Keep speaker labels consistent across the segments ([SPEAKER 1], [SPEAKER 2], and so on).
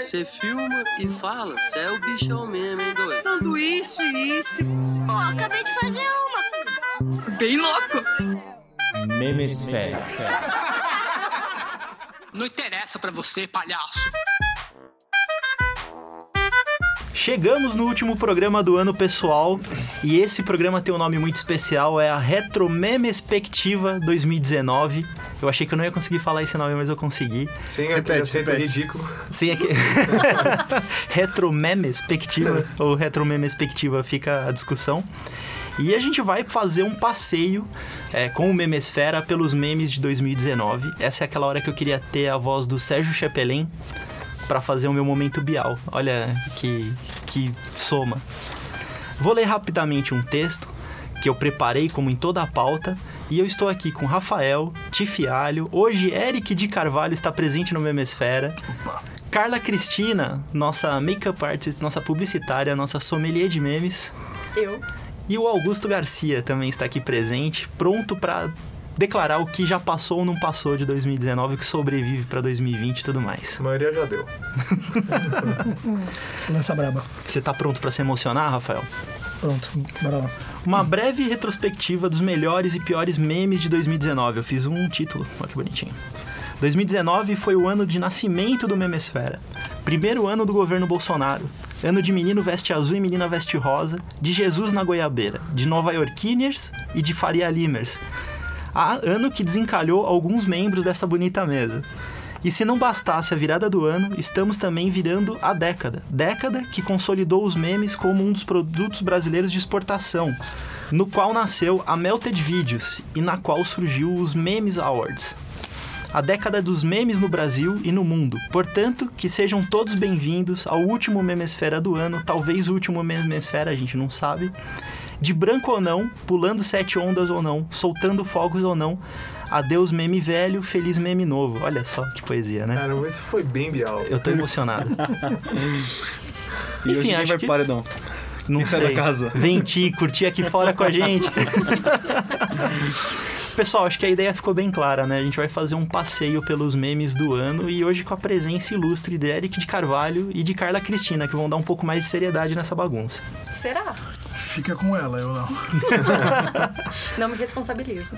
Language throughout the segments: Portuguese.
[SPEAKER 1] Você filma e fala, você é o bichão mesmo, hein, doido?
[SPEAKER 2] Sanduíche, isso.
[SPEAKER 3] Ó, acabei de fazer uma.
[SPEAKER 2] Bem louco.
[SPEAKER 4] Memes Fest.
[SPEAKER 5] Não interessa pra você, palhaço.
[SPEAKER 4] Chegamos no último programa do ano, pessoal, e esse programa tem um nome muito especial, é a Retro Memespectiva 2019. Eu achei que eu não ia conseguir falar esse nome, mas eu consegui.
[SPEAKER 6] Sim, eu repete, sendo ridículo.
[SPEAKER 4] Sim, é que... Retro Memespectiva, ou Retro Memespectiva, fica a discussão. E a gente vai fazer um passeio é, com o Memesfera pelos memes de 2019. Essa é aquela hora que eu queria ter a voz do Sérgio Chapelin para fazer o meu momento bial. Olha que, que soma. Vou ler rapidamente um texto que eu preparei como em toda a pauta. E eu estou aqui com Rafael, Tifialho, hoje Eric de Carvalho está presente no Memesfera. Opa. Carla Cristina, nossa make-up artist, nossa publicitária, nossa sommelier de memes.
[SPEAKER 2] Eu.
[SPEAKER 4] E o Augusto Garcia também está aqui presente, pronto para declarar o que já passou ou não passou de 2019, o que sobrevive para 2020 e tudo mais.
[SPEAKER 6] A maioria já deu.
[SPEAKER 7] Lança braba.
[SPEAKER 4] Você tá pronto para se emocionar, Rafael?
[SPEAKER 7] Pronto, bora lá.
[SPEAKER 4] Uma breve retrospectiva dos melhores e piores memes de 2019. Eu fiz um título, olha que bonitinho. 2019 foi o ano de nascimento do Memesfera. Primeiro ano do governo Bolsonaro. Ano de menino veste azul e menina veste rosa. De Jesus na goiabeira. De Nova Yorkiners e de Faria Limers. Há ano que desencalhou alguns membros dessa bonita mesa. E se não bastasse a virada do ano, estamos também virando a década. Década que consolidou os memes como um dos produtos brasileiros de exportação, no qual nasceu a Melted Videos e na qual surgiu os Memes Awards. A década dos memes no Brasil e no mundo. Portanto, que sejam todos bem-vindos ao último Memesfera do ano, talvez o último Memesfera, a gente não sabe de branco ou não, pulando sete ondas ou não, soltando fogos ou não. Adeus meme velho, feliz meme novo. Olha só que poesia, né?
[SPEAKER 6] Cara, isso foi bem bial.
[SPEAKER 4] Eu tô emocionado.
[SPEAKER 8] e Enfim, hoje acho vai que... paredão.
[SPEAKER 4] Não Quem sei.
[SPEAKER 8] Casa.
[SPEAKER 4] Vem ti, curtir aqui fora com a gente. Pessoal, acho que a ideia ficou bem clara, né? A gente vai fazer um passeio pelos memes do ano e hoje com a presença ilustre de Eric de Carvalho e de Carla Cristina, que vão dar um pouco mais de seriedade nessa bagunça.
[SPEAKER 2] Será?
[SPEAKER 7] Fica com ela, eu não.
[SPEAKER 2] não me responsabilizo.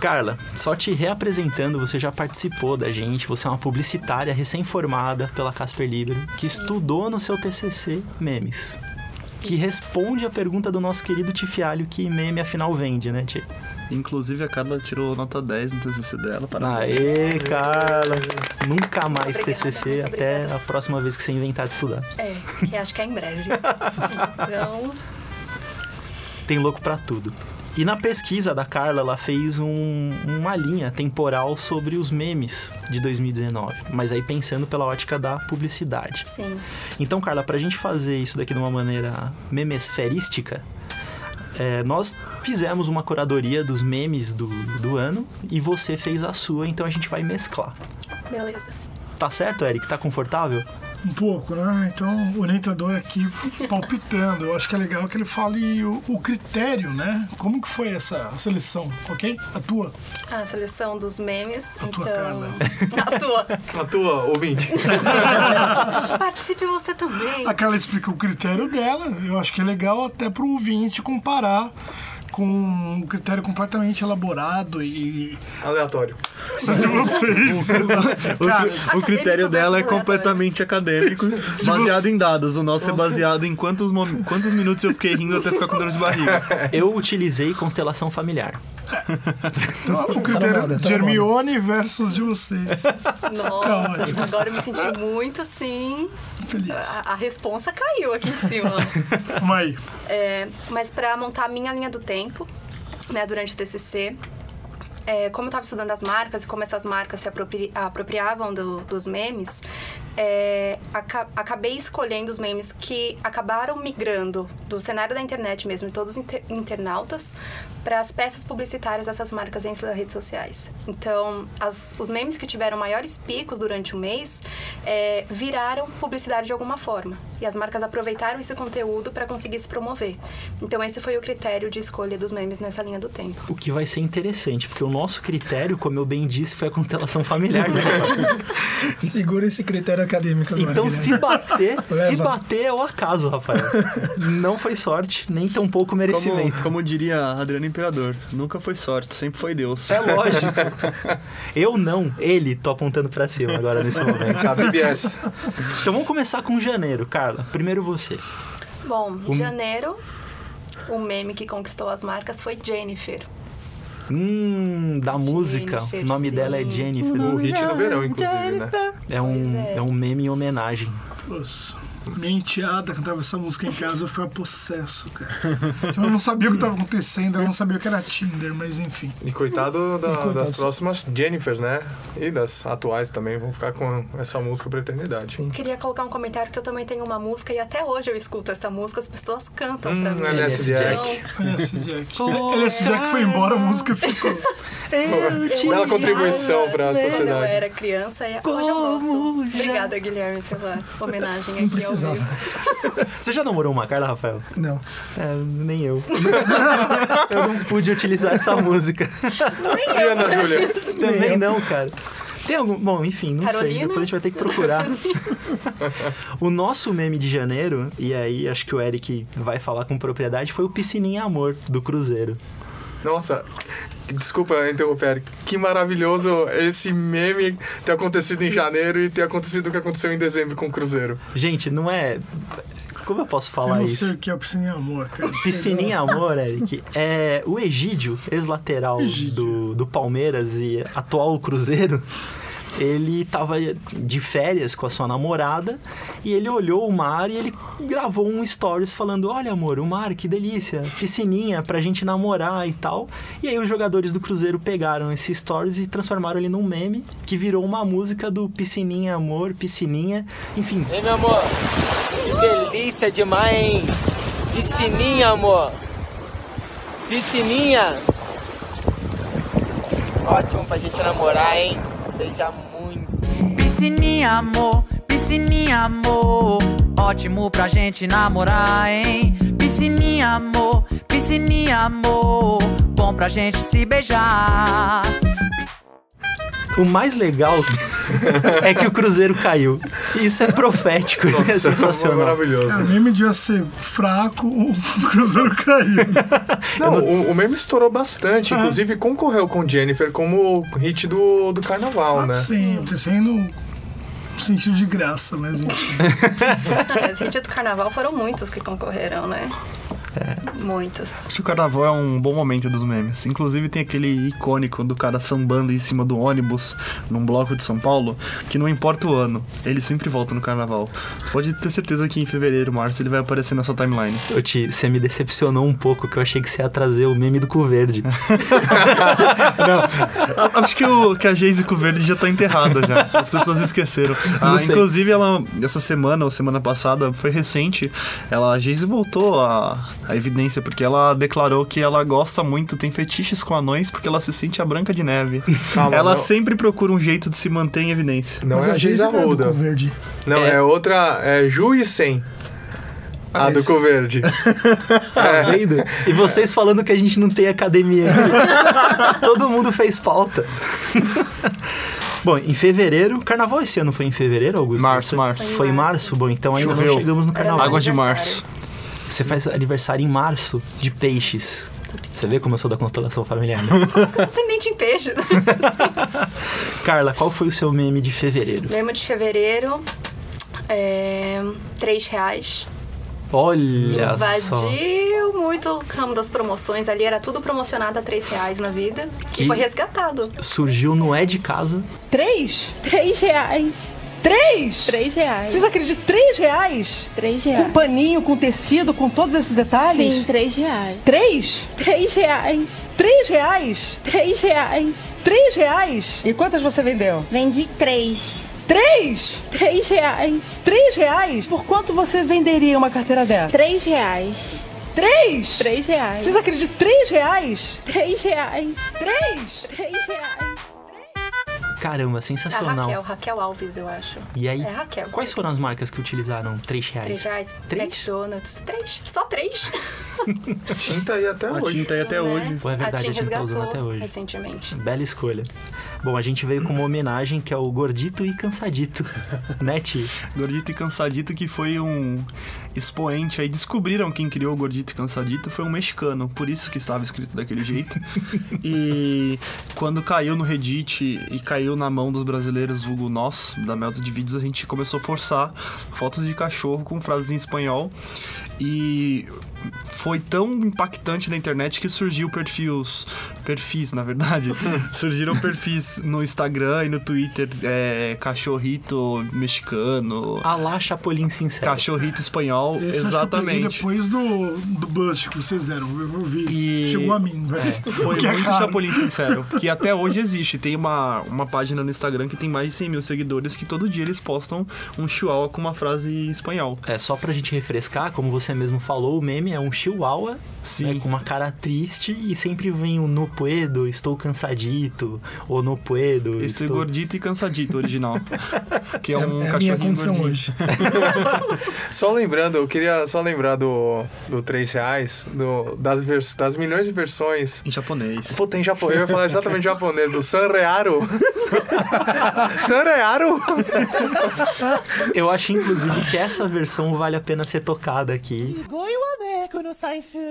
[SPEAKER 4] Carla, só te reapresentando, você já participou da gente, você é uma publicitária recém-formada pela Casper Libero, que Sim. estudou no seu TCC memes. Que responde a pergunta do nosso querido Tifialho que meme afinal vende, né, Tia?
[SPEAKER 8] Inclusive, a Carla tirou nota então 10 no TCC dela. Parabéns.
[SPEAKER 4] Aê, Carla! Nunca mais obrigada, TCC até a próxima vez que você inventar de estudar.
[SPEAKER 2] É, que acho que é em breve. então...
[SPEAKER 4] Tem louco para tudo. E na pesquisa da Carla, ela fez um, uma linha temporal sobre os memes de 2019, mas aí pensando pela ótica da publicidade.
[SPEAKER 2] Sim.
[SPEAKER 4] Então, Carla, pra gente fazer isso daqui de uma maneira memesferística, é, nós fizemos uma curadoria dos memes do, do ano e você fez a sua, então a gente vai mesclar.
[SPEAKER 2] Beleza.
[SPEAKER 4] Tá certo, Eric? Tá confortável?
[SPEAKER 7] Um pouco, né? Então, o orientador aqui palpitando. Eu acho que é legal que ele fale o, o critério, né? Como que foi essa seleção, ok? A tua.
[SPEAKER 2] A Ah, seleção dos memes,
[SPEAKER 7] a
[SPEAKER 2] então...
[SPEAKER 7] Tua Carla.
[SPEAKER 2] a tua.
[SPEAKER 6] A tua, ouvinte.
[SPEAKER 2] Participe você também.
[SPEAKER 7] A Carla explica o critério dela. Eu acho que é legal até pro ouvinte comparar com um critério completamente elaborado e.
[SPEAKER 6] Aleatório.
[SPEAKER 7] De vocês.
[SPEAKER 8] o, Cara, o critério dela é completamente acadêmico, baseado em dados. O nosso Nossa. é baseado em quantos, quantos minutos eu fiquei rindo até ficar com dor de barriga.
[SPEAKER 4] Eu utilizei constelação familiar.
[SPEAKER 7] Então, o critério tá de Hermione versus de vocês.
[SPEAKER 2] Nossa, Calma. agora eu me senti muito assim.
[SPEAKER 7] Feliz.
[SPEAKER 2] A, a responsa caiu aqui em cima.
[SPEAKER 7] Mãe.
[SPEAKER 2] É, mas para montar a minha linha do tempo, né, durante o TCC, é, como eu estava estudando as marcas e como essas marcas se apropri apropriavam do, dos memes, é, aca acabei escolhendo os memes que acabaram migrando do cenário da internet mesmo, todos inter internautas, para as peças publicitárias dessas marcas dentro das redes sociais. Então, as, os memes que tiveram maiores picos durante o mês é, viraram publicidade de alguma forma. E as marcas aproveitaram esse conteúdo para conseguir se promover. Então, esse foi o critério de escolha dos memes nessa linha do tempo.
[SPEAKER 4] O que vai ser interessante, porque o nosso critério, como eu bem disse, foi a constelação familiar. Né?
[SPEAKER 7] Segura esse critério
[SPEAKER 9] acadêmicas.
[SPEAKER 4] Então,
[SPEAKER 9] maravilha.
[SPEAKER 4] se bater, se
[SPEAKER 9] Leva.
[SPEAKER 4] bater é o acaso, Rafael. Não foi sorte, nem tampouco merecimento.
[SPEAKER 8] Como, como diria Adriano Imperador, nunca foi sorte, sempre foi Deus.
[SPEAKER 4] É lógico. Eu não, ele, tô apontando pra cima agora nesse momento. tá?
[SPEAKER 6] BBS.
[SPEAKER 4] Então vamos começar com janeiro, Carla. Primeiro você.
[SPEAKER 2] Bom, em janeiro, o meme que conquistou as marcas foi Jennifer.
[SPEAKER 4] Hum, da música. O
[SPEAKER 2] Jennifer,
[SPEAKER 4] nome dela é
[SPEAKER 2] sim.
[SPEAKER 4] Jennifer.
[SPEAKER 6] O hit do verão, inclusive, né?
[SPEAKER 4] É um,
[SPEAKER 2] Pois é.
[SPEAKER 4] é um meme em homenagem.
[SPEAKER 7] Nossa, Minha enteada cantava essa música em casa, eu ficava possesso, cara. Tipo, Eu não sabia o que tava acontecendo, eu não sabia o que era Tinder, mas enfim.
[SPEAKER 6] E coitado, da-
[SPEAKER 9] E coitado.
[SPEAKER 6] das próximas Jennifers, né? E das atuais também, vão ficar com essa música pra eternidade.
[SPEAKER 2] Queria colocar um comentário que eu também tenho uma música e até hoje eu escuto essa música, as pessoas cantam pra mim.
[SPEAKER 6] Hum, LS Jack.
[SPEAKER 2] Então,
[SPEAKER 7] Olha esse Jack. Ele esse Jack foi embora, a música ficou.
[SPEAKER 6] Bela contribuição
[SPEAKER 2] eu
[SPEAKER 6] pra
[SPEAKER 2] amava Quando eu
[SPEAKER 6] sociedade.
[SPEAKER 2] era criança, e hoje eu gosto. Obrigada, Guilherme, pela homenagem aqui.
[SPEAKER 9] Não precisava.
[SPEAKER 4] Você já namorou uma Carla, Rafael?
[SPEAKER 9] Não.
[SPEAKER 4] É, nem eu. eu não pude utilizar essa música.
[SPEAKER 6] E Ana Júlia?
[SPEAKER 4] Também não, cara. Tem algum. Bom, enfim, não sei.
[SPEAKER 2] Carolina?
[SPEAKER 4] Depois a gente vai ter que procurar. o nosso meme de janeiro, e aí acho que o Eric vai falar com propriedade, foi o Piscininha Amor do Cruzeiro.
[SPEAKER 6] Nossa, desculpa interromper, Eric. que maravilhoso esse meme ter acontecido em janeiro e ter acontecido o que aconteceu em dezembro com o Cruzeiro.
[SPEAKER 4] Gente, não é. Como eu posso
[SPEAKER 7] Eu
[SPEAKER 4] falar
[SPEAKER 7] não
[SPEAKER 4] isso?
[SPEAKER 7] sei o que é o Piscina e Amor, cara.
[SPEAKER 4] Piscininha Amor, Eric, é o Egídio, ex-lateral do, do Palmeiras e atual Cruzeiro. Ele tava de férias com a sua namorada e ele olhou o mar e ele gravou um stories falando: Olha, amor, o mar, que delícia, piscininha pra gente namorar e tal. E aí os jogadores do Cruzeiro pegaram esse stories e transformaram ele num meme que virou uma música do Piscininha Amor, Piscininha, enfim.
[SPEAKER 10] Ei, meu amor. Que delícia demais, hein? Piscininha, amor. Piscininha. Ótimo pra gente namorar, hein? Beijar muito.
[SPEAKER 11] Piscininha, amor, piscininha, amor. Ótimo pra gente namorar, hein? Piscininha, amor, piscininha, amor. Bom pra gente se beijar.
[SPEAKER 4] O mais legal é que o Cruzeiro caiu. Isso é profético, é sensacional.
[SPEAKER 7] Cara,
[SPEAKER 6] Maravilhoso.
[SPEAKER 7] É, o meme devia ser fraco, o Cruzeiro caiu.
[SPEAKER 6] Não, o, o meme estourou
[SPEAKER 9] Ah.
[SPEAKER 6] bastante, inclusive concorreu com Jennifer como hit do, do
[SPEAKER 9] Ah,
[SPEAKER 6] carnaval, né?
[SPEAKER 7] Sim, eu pensei no sentido de graça, mas enfim.
[SPEAKER 2] As hits Tá, do carnaval foram muitos que concorreram, né?
[SPEAKER 4] É.
[SPEAKER 2] Muitos.
[SPEAKER 8] Acho que o carnaval é um bom momento dos memes. Inclusive tem aquele icônico do cara sambando em cima do ônibus num bloco de São Paulo, que não importa o ano, ele sempre volta no carnaval. Pode ter certeza que em fevereiro, março ele vai aparecer na sua timeline.
[SPEAKER 4] Eu te, você me decepcionou um pouco, que eu achei que você ia trazer o meme do cu verde.
[SPEAKER 8] A- Acho que, o, que a Geise com verde já tá enterrada já. As pessoas esqueceram.
[SPEAKER 4] Não
[SPEAKER 8] Ah,
[SPEAKER 4] sei.
[SPEAKER 8] inclusive, ela, essa semana ou semana passada, foi recente, ela, a Geise voltou à, à evidência, porque ela declarou que ela gosta muito, tem fetiches com anões, porque ela se sente a Branca de Neve.
[SPEAKER 6] Calma,
[SPEAKER 8] ela
[SPEAKER 6] não.
[SPEAKER 8] sempre procura um jeito de se manter em evidência.
[SPEAKER 6] Não
[SPEAKER 9] Mas
[SPEAKER 6] é
[SPEAKER 9] a
[SPEAKER 6] a Geisa
[SPEAKER 9] Geise não é do
[SPEAKER 6] Arruda.
[SPEAKER 9] cu verde.
[SPEAKER 6] Não, é, outra, é Ju e Sem.
[SPEAKER 9] Ah,
[SPEAKER 6] A do
[SPEAKER 9] esse.
[SPEAKER 6] Cu Verde. É.
[SPEAKER 4] Tá vendo? E vocês falando que a gente não tem academia. aqui. Todo mundo fez pauta. Bom, em fevereiro, carnaval esse ano foi em fevereiro, Augusto?
[SPEAKER 8] Março,
[SPEAKER 4] Você-
[SPEAKER 8] março.
[SPEAKER 4] Foi em março? Bom, então ainda
[SPEAKER 8] Choveu.
[SPEAKER 4] não chegamos no
[SPEAKER 2] Era meu
[SPEAKER 4] carnaval.
[SPEAKER 8] Águas de
[SPEAKER 2] aniversário.
[SPEAKER 4] Você faz aniversário em março de peixes. Você vê como eu sou da constelação familiar, né?
[SPEAKER 2] Ascendente em peixe. né?
[SPEAKER 4] Carla, qual foi o seu meme de fevereiro?
[SPEAKER 2] Lembro de fevereiro. É, três reais.
[SPEAKER 4] Olha Tá só.
[SPEAKER 2] Invadiu muito o ramo das promoções. Ali era tudo promocionado a três reais na vida.
[SPEAKER 4] Que-
[SPEAKER 2] E foi resgatado.
[SPEAKER 4] Surgiu no É de Casa.
[SPEAKER 11] Três? Três reais. Três? Três reais. Vocês acreditam? Três reais? Três reais. Com paninho, com tecido, com todos esses detalhes? Sim, três reais. Três? Três reais. Três reais? Três reais. Três reais? E quantas você vendeu?
[SPEAKER 3] Vendi três.
[SPEAKER 11] Três?
[SPEAKER 3] Três reais.
[SPEAKER 11] Três reais? Por quanto você venderia uma carteira dessa?
[SPEAKER 3] Três reais.
[SPEAKER 11] Três?
[SPEAKER 3] Três reais.
[SPEAKER 11] Vocês acreditam? Três reais?
[SPEAKER 3] Três reais.
[SPEAKER 11] Três?
[SPEAKER 3] Três reais.
[SPEAKER 4] Caramba,
[SPEAKER 2] A
[SPEAKER 4] sensacional.
[SPEAKER 2] É Raquel, Raquel Alves, eu acho.
[SPEAKER 4] E aí,
[SPEAKER 2] É Raquel.
[SPEAKER 4] quais foram as marcas que utilizaram três reais?
[SPEAKER 2] Três reais.
[SPEAKER 4] Três?
[SPEAKER 2] McDonald's. Três. Só três. Né?
[SPEAKER 6] Tinta aí até
[SPEAKER 8] A
[SPEAKER 6] hoje.
[SPEAKER 8] tinta aí até hoje.
[SPEAKER 4] Pô, é verdade, a
[SPEAKER 2] Tim
[SPEAKER 4] gente tá usando
[SPEAKER 2] resgatou
[SPEAKER 4] até hoje.
[SPEAKER 2] recentemente.
[SPEAKER 4] Bela escolha. Bom, a gente veio com uma homenagem que é o Gordito e Cansadito, né, Ti?
[SPEAKER 8] Gordito e Cansadito, que foi um expoente aí. Descobriram quem criou o Gordito e Cansadito foi um mexicano, por isso que estava escrito daquele jeito. e quando caiu no Reddit e caiu na mão dos brasileiros, vulgo nós, da Melta de Vídeos, a gente começou a forçar fotos de cachorro com frases em espanhol. E foi tão impactante na internet que surgiu perfis, perfis na verdade, surgiram perfis no Instagram e no Twitter, é, cachorrito mexicano.
[SPEAKER 4] A lá Chapolin Sincero.
[SPEAKER 8] Cachorrito espanhol,
[SPEAKER 7] Esse eu acho que eu peguei
[SPEAKER 8] exatamente.
[SPEAKER 7] depois do, do bust que vocês deram, eu eu vi.
[SPEAKER 8] E-
[SPEAKER 7] Chegou a mim, velho.
[SPEAKER 8] Foi
[SPEAKER 7] Que é
[SPEAKER 8] muito
[SPEAKER 7] raro.
[SPEAKER 8] Chapolin Sincero, que até hoje existe. Tem uma, uma página no Instagram que tem mais de 100 mil seguidores que todo dia eles postam um chihuahua com uma frase em espanhol.
[SPEAKER 4] É, só pra gente refrescar, como você mesmo falou, o meme é um chihuahua né, com uma cara triste e sempre vem o no puedo, estou cansadito, ou no puedo,
[SPEAKER 8] Estou gordito e cansadito, original. que é
[SPEAKER 7] É-
[SPEAKER 8] um
[SPEAKER 7] é a minha
[SPEAKER 8] cachorrinho
[SPEAKER 7] condição
[SPEAKER 8] gordinho.
[SPEAKER 7] hoje.
[SPEAKER 6] Só lembrando, eu queria só lembrar do, do 3 reais, do, das, vers, das milhões de versões.
[SPEAKER 8] Em japonês.
[SPEAKER 6] Puta, em japonês. Eu ia falar exatamente japonês, do Sanrearo. Sanrearo?
[SPEAKER 4] Eu acho, inclusive, que essa versão vale a pena ser tocada aqui.
[SPEAKER 9] すごいわねこのサイズは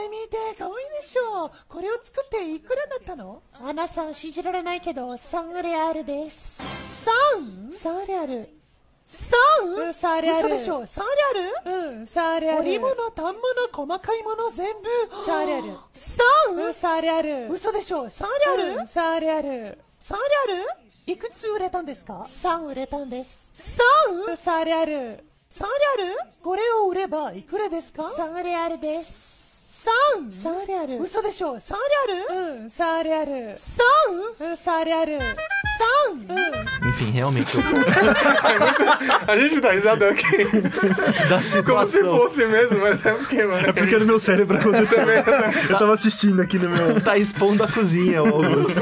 [SPEAKER 9] い見て可愛いでしょこれを作っていくらだったの
[SPEAKER 12] アナさん信じられないけど、サンレアルです。
[SPEAKER 9] サンサンレアルサン、うん、サ
[SPEAKER 12] ンレアル
[SPEAKER 9] 嘘でしょサンレアルうんサン
[SPEAKER 12] レアル
[SPEAKER 9] 織物反物細かいもの全部
[SPEAKER 12] サンレアル
[SPEAKER 9] サン、うん、サンレアル嘘でしょサンレアル、
[SPEAKER 12] うん
[SPEAKER 9] サンレアルサンレアルいくつ売れたんですか
[SPEAKER 12] サン売れたんです。
[SPEAKER 9] サン、うん、サンレアルサンレアルこれを売ればいくらですか
[SPEAKER 12] サンレアルです。
[SPEAKER 9] サン
[SPEAKER 12] サンレアル。
[SPEAKER 9] 嘘でしょサンレアル
[SPEAKER 12] うん、サンレアル。
[SPEAKER 9] サン、うん、サンレアルサン、うん、
[SPEAKER 4] Enfim, realmente,
[SPEAKER 6] A gente tá risada aqui.
[SPEAKER 4] da
[SPEAKER 6] Como se
[SPEAKER 4] situação.
[SPEAKER 6] fosse mesmo, mas é porque, mano.
[SPEAKER 8] É porque no meu cérebro aconteceu. Eu tava assistindo aqui no meu.
[SPEAKER 4] Tá expondo a cozinha, o Augusto.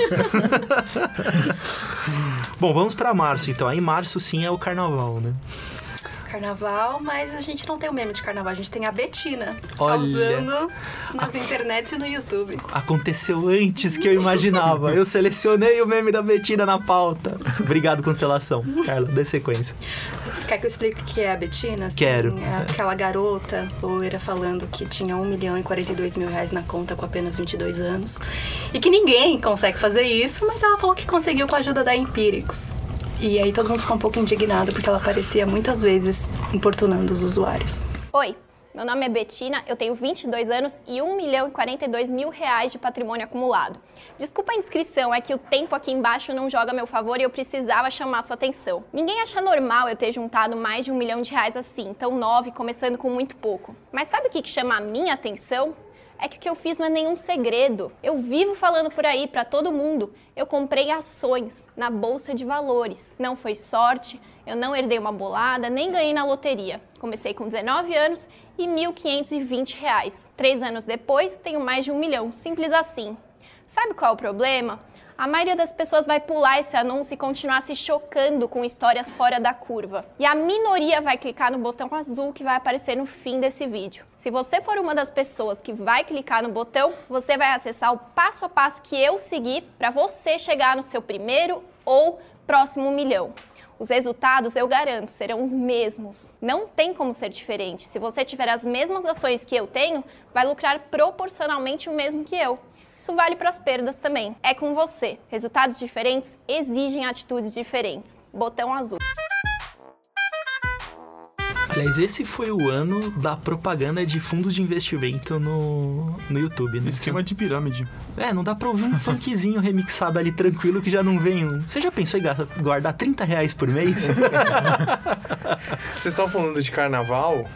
[SPEAKER 4] Bom, vamos pra março, então. Aí março, sim, é o carnaval, né?
[SPEAKER 2] Carnaval, mas a gente não tem o meme de carnaval, a gente tem a Betina
[SPEAKER 4] Olha.
[SPEAKER 2] causando nas internets e no YouTube.
[SPEAKER 4] Aconteceu antes que eu imaginava. Eu selecionei o meme da Betina na pauta. Obrigado, Constelação. Carla, dê sequência.
[SPEAKER 2] Você quer que eu explique o que é a Betina? Assim,
[SPEAKER 4] Quero.
[SPEAKER 2] é Aquela garota loira falando que tinha 1 milhão e 42 mil reais na conta com apenas 22 anos. E que ninguém consegue fazer isso, mas ela falou que conseguiu com a ajuda da Empíricos. E aí todo mundo ficou um pouco indignado porque ela aparecia muitas vezes importunando os usuários.
[SPEAKER 13] Oi, meu nome é Betina, eu tenho 22 anos e 1 milhão e 42 mil reais de patrimônio acumulado. Desculpa a inscrição, é que o tempo aqui embaixo não joga a meu favor e eu precisava chamar sua atenção. Ninguém acha normal eu ter juntado mais de um milhão de reais assim, tão nove, começando com muito pouco. Mas sabe o que que chama a minha atenção? É que o que eu fiz não é nenhum segredo. Eu vivo falando por aí pra todo mundo. Eu comprei ações na bolsa de valores. Não foi sorte, eu não herdei uma bolada, nem ganhei na loteria. Comecei com 19 anos e 1.520 reais. Três anos depois, tenho mais de um milhão. Simples assim. Sabe qual é o problema? A maioria das pessoas vai pular esse anúncio e continuar se chocando com histórias fora da curva. E a minoria vai clicar no botão azul que vai aparecer no fim desse vídeo. Se você for uma das pessoas que vai clicar no botão, você vai acessar o passo a passo que eu segui para você chegar no seu primeiro ou próximo milhão. Os resultados, eu garanto, serão os mesmos. Não tem como ser diferente. Se você tiver as mesmas ações que eu tenho, vai lucrar proporcionalmente o mesmo que eu. Isso vale para as perdas também. É com você. Resultados diferentes exigem atitudes diferentes. Botão azul.
[SPEAKER 4] Aliás, esse foi o ano da propaganda de fundos de investimento no, no YouTube, né?
[SPEAKER 8] Esquema de pirâmide.
[SPEAKER 4] É, não dá pra ouvir um funkzinho remixado ali tranquilo que já não vem um. Você já pensou em gasta- guardar 30 reais por mês?
[SPEAKER 6] Vocês estavam falando de carnaval,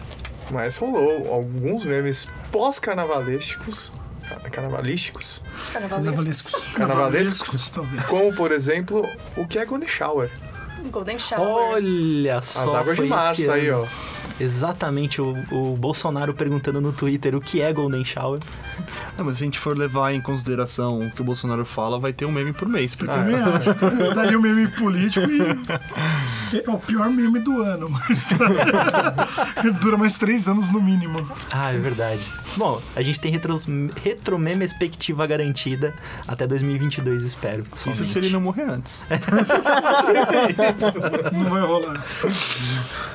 [SPEAKER 6] mas rolou alguns memes pós-carnavalísticos. Carnavalísticos?
[SPEAKER 7] Carnavalescos.
[SPEAKER 6] Carnavalescos.
[SPEAKER 7] talvez.
[SPEAKER 6] Como, por exemplo, o que é Golden Shower.
[SPEAKER 2] Golden Shower.
[SPEAKER 4] Olha só.
[SPEAKER 6] As águas de
[SPEAKER 4] foi esse
[SPEAKER 6] março aí,
[SPEAKER 4] ano.
[SPEAKER 6] ó.
[SPEAKER 4] Exatamente o, o Bolsonaro perguntando no Twitter o que é Golden Shower.
[SPEAKER 8] Não, mas se a gente for levar em consideração o que o Bolsonaro fala, vai ter um meme por mês.
[SPEAKER 7] Eu também acho. Daí o meme político e. É o pior meme do ano, mas tá- dura mais três anos no mínimo.
[SPEAKER 4] Ah, é verdade. Bom, a gente tem retros, retromemespectiva garantida até 2022, espero.
[SPEAKER 8] Isso se ele não morrer antes.
[SPEAKER 7] É Não vai rolar.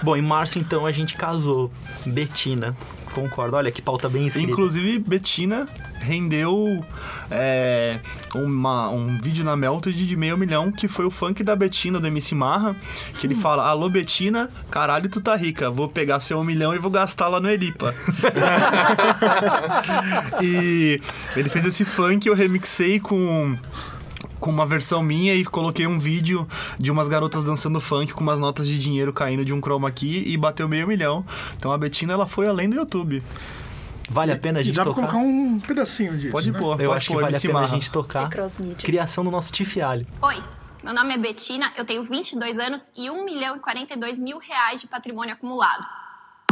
[SPEAKER 4] Bom, em março então a gente casou. Betina. Concordo. Olha que pauta bem escrita.
[SPEAKER 8] Inclusive, Betina rendeu é, uma- um vídeo na Melted de meio milhão, que foi o funk da Betina, do MC Marra, que ele fala, alô Betina, caralho tu tá rica, vou pegar seu um milhão e vou gastar lá no Elipa. e ele fez esse funk, eu remixei com... Com uma versão minha e coloquei um vídeo de umas garotas dançando funk com umas notas de dinheiro caindo de um chroma aqui e bateu meio milhão. Então a Betina ela foi além do YouTube.
[SPEAKER 4] Vale a pena a
[SPEAKER 7] E
[SPEAKER 4] gente
[SPEAKER 7] dá pra
[SPEAKER 4] tocar?
[SPEAKER 7] colocar um pedacinho disso.
[SPEAKER 4] Pode
[SPEAKER 7] né?
[SPEAKER 4] pôr, Eu pode acho que pôr, vale a MC pena a Marra. gente tocar. Criação do nosso Tifiale.
[SPEAKER 13] Oi, meu nome é Betina, eu tenho 22 anos e 1 milhão e 42 mil reais de patrimônio acumulado.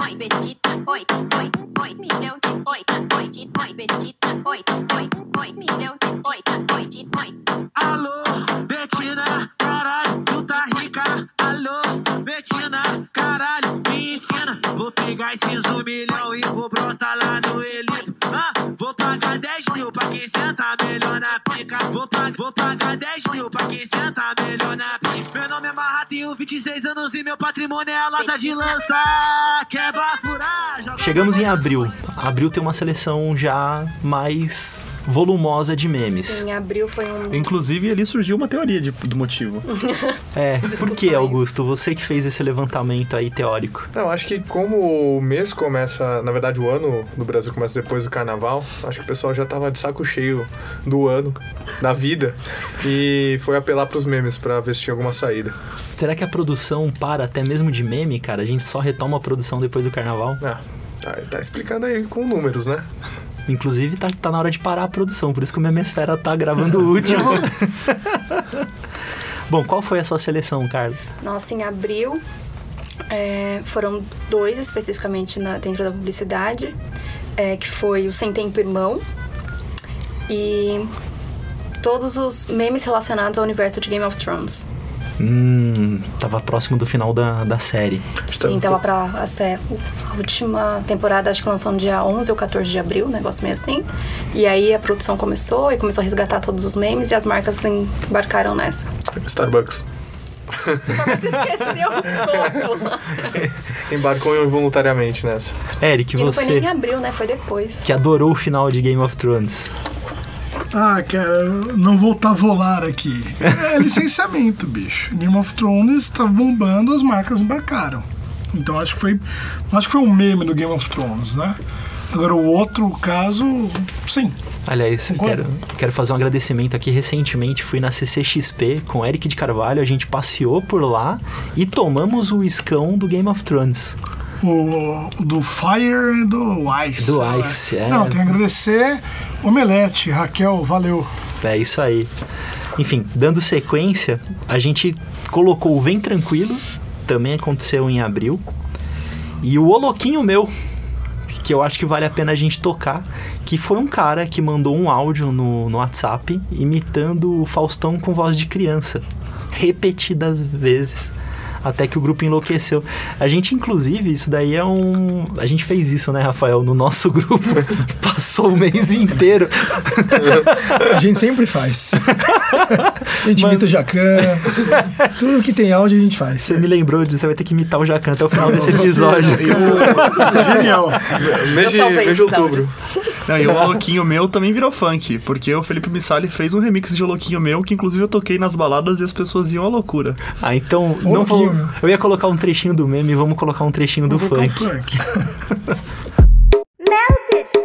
[SPEAKER 13] Oi, Betina, oi, oi, oi, milhão, de- oi, oi, de- oi, Betina, oi, oi, oi, milhão, de- oi, oi, de- oi.
[SPEAKER 5] Alô, Betina, caralho, tu tá rica. Alô, Betina, caralho, me ensina. Vou pegar esses um milhão e vou brotar lá no Elipo. Ah, vou pagar 10 mil pra quem senta melhor na pica. Vou, pa- vou pagar 10 mil pra quem senta melhor na pica. Meu nome é Marra, tenho 26 anos e meu patrimônio é a lata de lança. Quebra furar, joga.
[SPEAKER 4] Chegamos em abril. Abril tem uma seleção já mais volumosa de memes.
[SPEAKER 2] Em abril foi um.
[SPEAKER 8] Inclusive, ali surgiu uma teoria de- do motivo.
[SPEAKER 4] É, por que, Augusto? Você que fez esse levantamento aí teórico.
[SPEAKER 6] Não, Então, acho que como o mês começa, na verdade o ano do Brasil começa depois do carnaval, acho que o pessoal já tava de saco cheio do ano, da vida, e foi apelar pros memes pra ver se tinha alguma saída.
[SPEAKER 4] Será que a produção para até mesmo de meme, cara? A gente só retoma a produção depois do carnaval?
[SPEAKER 6] Ah, tá, tá explicando aí com números, né?
[SPEAKER 4] Inclusive, tá, tá na hora de parar a produção, por isso que o Memesfera tá gravando o último. Bom, qual foi a sua seleção, Carlos?
[SPEAKER 2] Nossa, em abril é, foram dois especificamente na- dentro da publicidade, é, que foi o Sem Tempo Irmão e todos os memes relacionados ao universo de Game of Thrones.
[SPEAKER 4] Hum, tava próximo do final da, da série.
[SPEAKER 2] Sim, tava pra a, sé- a última temporada, acho que lançou no dia 11 ou 14 de abril, um negócio meio assim. E aí a produção começou e começou a resgatar todos os memes e as marcas embarcaram nessa.
[SPEAKER 6] Starbucks.
[SPEAKER 2] Esqueceu
[SPEAKER 6] um
[SPEAKER 2] todo.
[SPEAKER 6] Embarcou involuntariamente nessa.
[SPEAKER 4] Eric,
[SPEAKER 2] E não foi
[SPEAKER 4] você
[SPEAKER 2] nem em abril, né? Foi depois.
[SPEAKER 4] que adorou o final de Game of Thrones.
[SPEAKER 7] Ah, cara, eu não voltar a volar aqui. É licenciamento, bicho. Game of Thrones tava bombando, as marcas embarcaram. Então acho que foi. Acho que foi um meme do Game of Thrones, né? Agora o outro caso, sim.
[SPEAKER 4] Aliás,
[SPEAKER 7] Concordo.
[SPEAKER 4] quero, quero fazer um agradecimento aqui. Recentemente fui na CCXP com Eric de Carvalho, a gente passeou por lá e tomamos o iscão do Game of Thrones.
[SPEAKER 7] O do Fire e do Ice.
[SPEAKER 4] Do
[SPEAKER 7] né?
[SPEAKER 4] Ice, é.
[SPEAKER 7] Não, tem que agradecer. Omelete, Raquel, valeu.
[SPEAKER 4] É isso aí. Enfim, dando sequência, a gente colocou o Vem Tranquilo, também aconteceu em abril. E o Oloquinho Meu, que eu acho que vale a pena a gente tocar, que foi um cara que mandou um áudio no, no WhatsApp imitando o Faustão com voz de criança, repetidas vezes. Até que o grupo enlouqueceu. A gente, inclusive, isso daí é um. A gente fez isso, né, Rafael? No nosso grupo. Passou o mês inteiro
[SPEAKER 14] A gente sempre faz. A gente imita o Jacan. Tudo que tem áudio a gente faz.
[SPEAKER 4] Você me lembrou disso, você vai ter que imitar o Jacan até o final desse episódio.
[SPEAKER 7] Genial.
[SPEAKER 8] Mês de-
[SPEAKER 6] salvei
[SPEAKER 8] mês de
[SPEAKER 6] esses
[SPEAKER 8] outubro.
[SPEAKER 6] áudios.
[SPEAKER 8] Não, e o Louquinho Meu também virou funk, porque o Felipe Missali fez um remix de Louquinho Meu, que inclusive eu toquei nas baladas e as pessoas iam à loucura.
[SPEAKER 4] Ah, então não vou, eu ia colocar um trechinho do meme, vamos colocar um trechinho do
[SPEAKER 8] Vou colocar um
[SPEAKER 4] funk.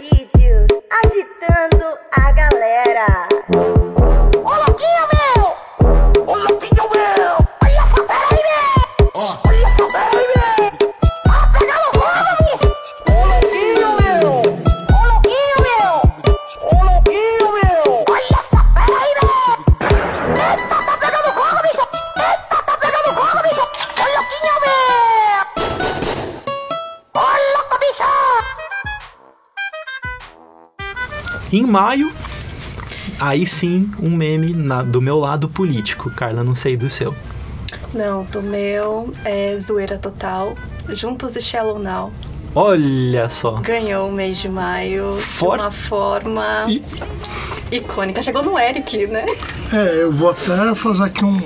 [SPEAKER 15] Vídeos agitando a galera. Ô louquinho, meu! Ô louquinho, meu! Olha essa fera aí, meu! Olha essa fera aí, meu! Tá pegando fogo, meu! Ô louquinho, meu! Ô louquinho, meu! Ô louquinho, meu! Olha essa fera aí, meu! Eita, tá pegando fogo, bicho! Eita, tá pegando fogo, bicho! Ô louquinho, meu!
[SPEAKER 4] Em maio, aí sim, um meme na- do meu lado político. Carla, não sei do seu.
[SPEAKER 2] Não, do meu é Zoeira Total. Juntos e Shallow Now.
[SPEAKER 4] Olha só.
[SPEAKER 2] Ganhou o mês de maio
[SPEAKER 4] For-
[SPEAKER 2] de uma forma icônica. Chegou no Eric, né?
[SPEAKER 7] É, eu vou até fazer aqui um,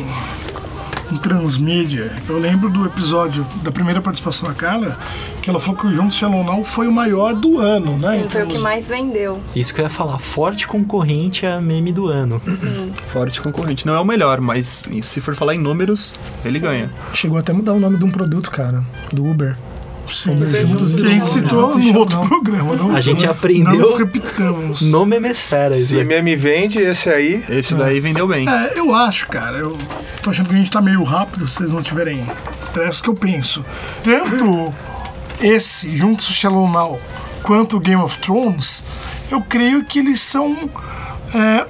[SPEAKER 7] um transmídia. Eu lembro do episódio da primeira participação da Carla, que ela falou que o Juntos Shalom Now foi o maior do ano, né?
[SPEAKER 2] Sim, foi o que
[SPEAKER 7] Então,
[SPEAKER 2] mais vendeu.
[SPEAKER 4] Isso que eu ia falar, forte concorrente a meme do ano.
[SPEAKER 2] Sim.
[SPEAKER 8] Forte concorrente. Não é o melhor, mas se for falar em números, ele ganha.
[SPEAKER 14] Chegou até a mudar o nome de um produto, cara. Do Uber. Uber
[SPEAKER 7] Sim.
[SPEAKER 14] juntos
[SPEAKER 7] Que a
[SPEAKER 14] virou
[SPEAKER 7] gente
[SPEAKER 14] Uber.
[SPEAKER 7] citou
[SPEAKER 14] Juntos e
[SPEAKER 7] no
[SPEAKER 14] Shalom
[SPEAKER 7] outro
[SPEAKER 14] Now.
[SPEAKER 7] programa, não?
[SPEAKER 4] A gente
[SPEAKER 7] Não
[SPEAKER 4] aprendeu
[SPEAKER 7] nos repitamos.
[SPEAKER 4] no né? memesfera. isso
[SPEAKER 8] é.
[SPEAKER 6] Se
[SPEAKER 4] aí.
[SPEAKER 6] meme vende, esse aí.
[SPEAKER 8] Esse daí vendeu bem.
[SPEAKER 7] É, eu acho, cara. Eu tô achando que a gente tá meio rápido, se vocês não tiverem pressa que eu penso. Tanto esse, juntos o Shalom Now, quanto o Game of Thrones, eu creio que eles são é,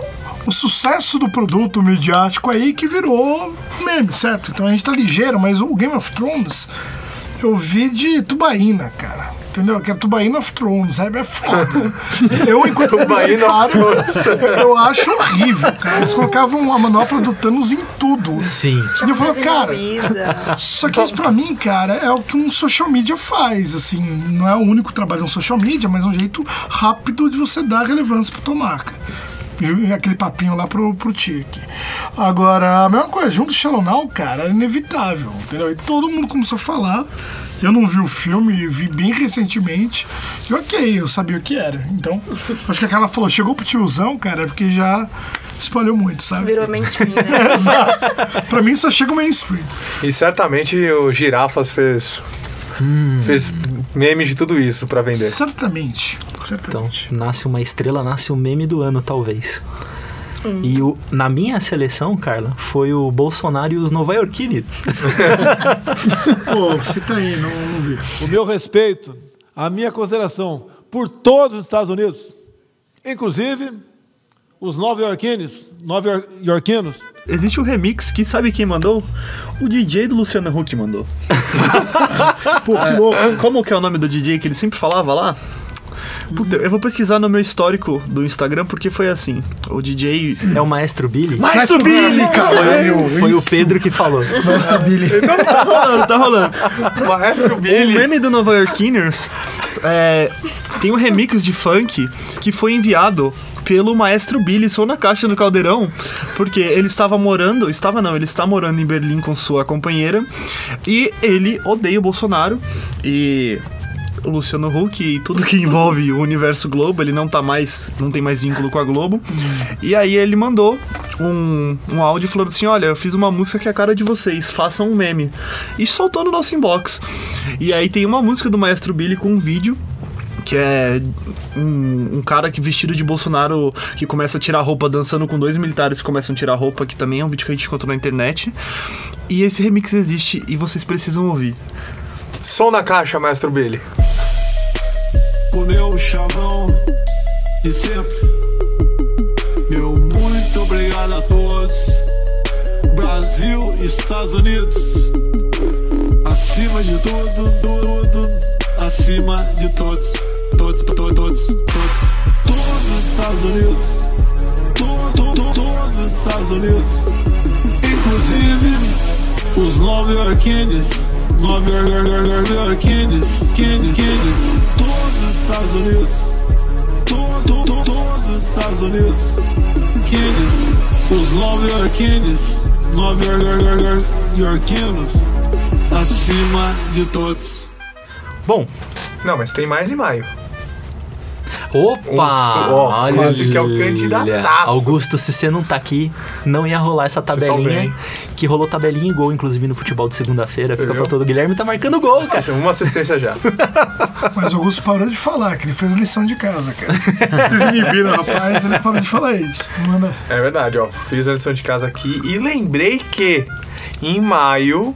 [SPEAKER 7] o sucesso do produto midiático aí que virou meme, certo? Então a gente tá ligeiro, mas o Game of Thrones eu vi de tubaína, cara. Entendeu? Que é Tubaína of Thrones, sabe? É foda. Eu, enquanto
[SPEAKER 6] Tubaína of
[SPEAKER 7] publicitário,
[SPEAKER 6] Thrones.
[SPEAKER 7] eu acho horrível, cara. Eles colocavam a manopla do Thanos em tudo.
[SPEAKER 4] Sim.
[SPEAKER 7] E eu falo,
[SPEAKER 2] Mas
[SPEAKER 7] cara.
[SPEAKER 2] Heloísa.
[SPEAKER 7] Só que isso pra mim, cara, é o que um social media faz. Assim, não é o único trabalho de um social media, mas é um jeito rápido de você dar relevância pra tua marca. Ju- Aquele papinho lá pro, pro Tique. Agora, a mesma coisa, junto Shallow Now, cara, era inevitável, entendeu? E todo mundo começou a falar. Eu não vi o filme, vi bem recentemente. E ok, eu sabia o que era. Então, acho que aquela falou, chegou pro tiozão, cara, é porque já espalhou muito, sabe?
[SPEAKER 2] Virou mainstream,
[SPEAKER 7] né? Exato. Pra mim só chega o mainstream.
[SPEAKER 6] E certamente o Girafas fez. Fez meme de tudo isso pra vender.
[SPEAKER 7] Certamente.
[SPEAKER 4] Então, nasce uma estrela, nasce o meme do ano, talvez. E o- na minha seleção, Carla, foi o Bolsonaro e os Nova Yorkini.
[SPEAKER 7] Pô, você tá aí, não, não vi.
[SPEAKER 16] O meu respeito, a minha consideração por todos os Estados Unidos, inclusive os nova-iorquinos, nova-iorquinos,
[SPEAKER 8] Existe um remix que sabe quem mandou? O DJ do Luciano Huck mandou. Pô, que louco. Como que é o nome do DJ que ele sempre falava lá? Puta, eu vou pesquisar no meu histórico do Instagram porque foi assim. O DJ.
[SPEAKER 4] É o Maestro Billy?
[SPEAKER 8] Maestro,
[SPEAKER 4] Maestro
[SPEAKER 8] Billy,
[SPEAKER 4] Billy,
[SPEAKER 8] cara!
[SPEAKER 4] Foi o Pedro que falou.
[SPEAKER 7] É.
[SPEAKER 14] Maestro Billy.
[SPEAKER 8] Então tá rolando, tá rolando. Maestro
[SPEAKER 6] Um
[SPEAKER 8] Billy. O meme do Nova Yorkiners é, tem um remix de funk que foi enviado pelo Maestro Billy, só na caixa do Caldeirão, porque ele estava morando, estava não, ele está morando em Berlim com sua companheira e ele odeia o Bolsonaro e o Luciano Huck e tudo que envolve o universo Globo, ele não tá mais, não tem mais vínculo com a Globo. E aí ele mandou um, um áudio falando assim: Olha, eu fiz uma música que é a cara de vocês, façam um meme. E soltou no nosso inbox. E aí tem uma música do Maestro Billy com um vídeo. Que é um, um cara que vestido de Bolsonaro que começa a tirar roupa dançando com dois militares que começam a tirar roupa, que também é um vídeo que a gente encontrou na internet. E esse remix existe e vocês precisam ouvir.
[SPEAKER 6] Som na caixa, Maestro Billy.
[SPEAKER 17] O meu chavão de sempre. Meu muito obrigado a todos. Brasil, Estados Unidos. Acima de tudo, tudo. Acima de todos. Todos, to- to- todos, todos. Todos os Estados Unidos. To- to- to- Todos os Estados Unidos. Inclusive os nove yorkines, nove York- York- York- York- yorkines, Kines, Kines, todos os Estados Unidos, to, to, to, todos os Estados Unidos, Kines, os nove yorkines, nove York- York- York- York- yorkinos, acima de todos.
[SPEAKER 4] Bom,
[SPEAKER 6] Não, mas tem mais em maio.
[SPEAKER 4] Opa!
[SPEAKER 6] Um so- ó, esse que é o candidataço.
[SPEAKER 4] Augusto, se você não tá aqui, não ia rolar essa
[SPEAKER 6] salvei,
[SPEAKER 4] tabelinha.
[SPEAKER 6] hein?
[SPEAKER 4] Que rolou tabelinha e gol, inclusive, no futebol de segunda-feira. Fica pra todo. O Guilherme tá marcando gol, cara.
[SPEAKER 6] Uma assistência já.
[SPEAKER 7] Mas o Augusto parou de falar, que ele fez lição de casa, cara. Vocês inibiram, rapaz, ele parou de falar isso. Manda.
[SPEAKER 6] É verdade, ó. Fiz a lição de casa aqui e lembrei que em maio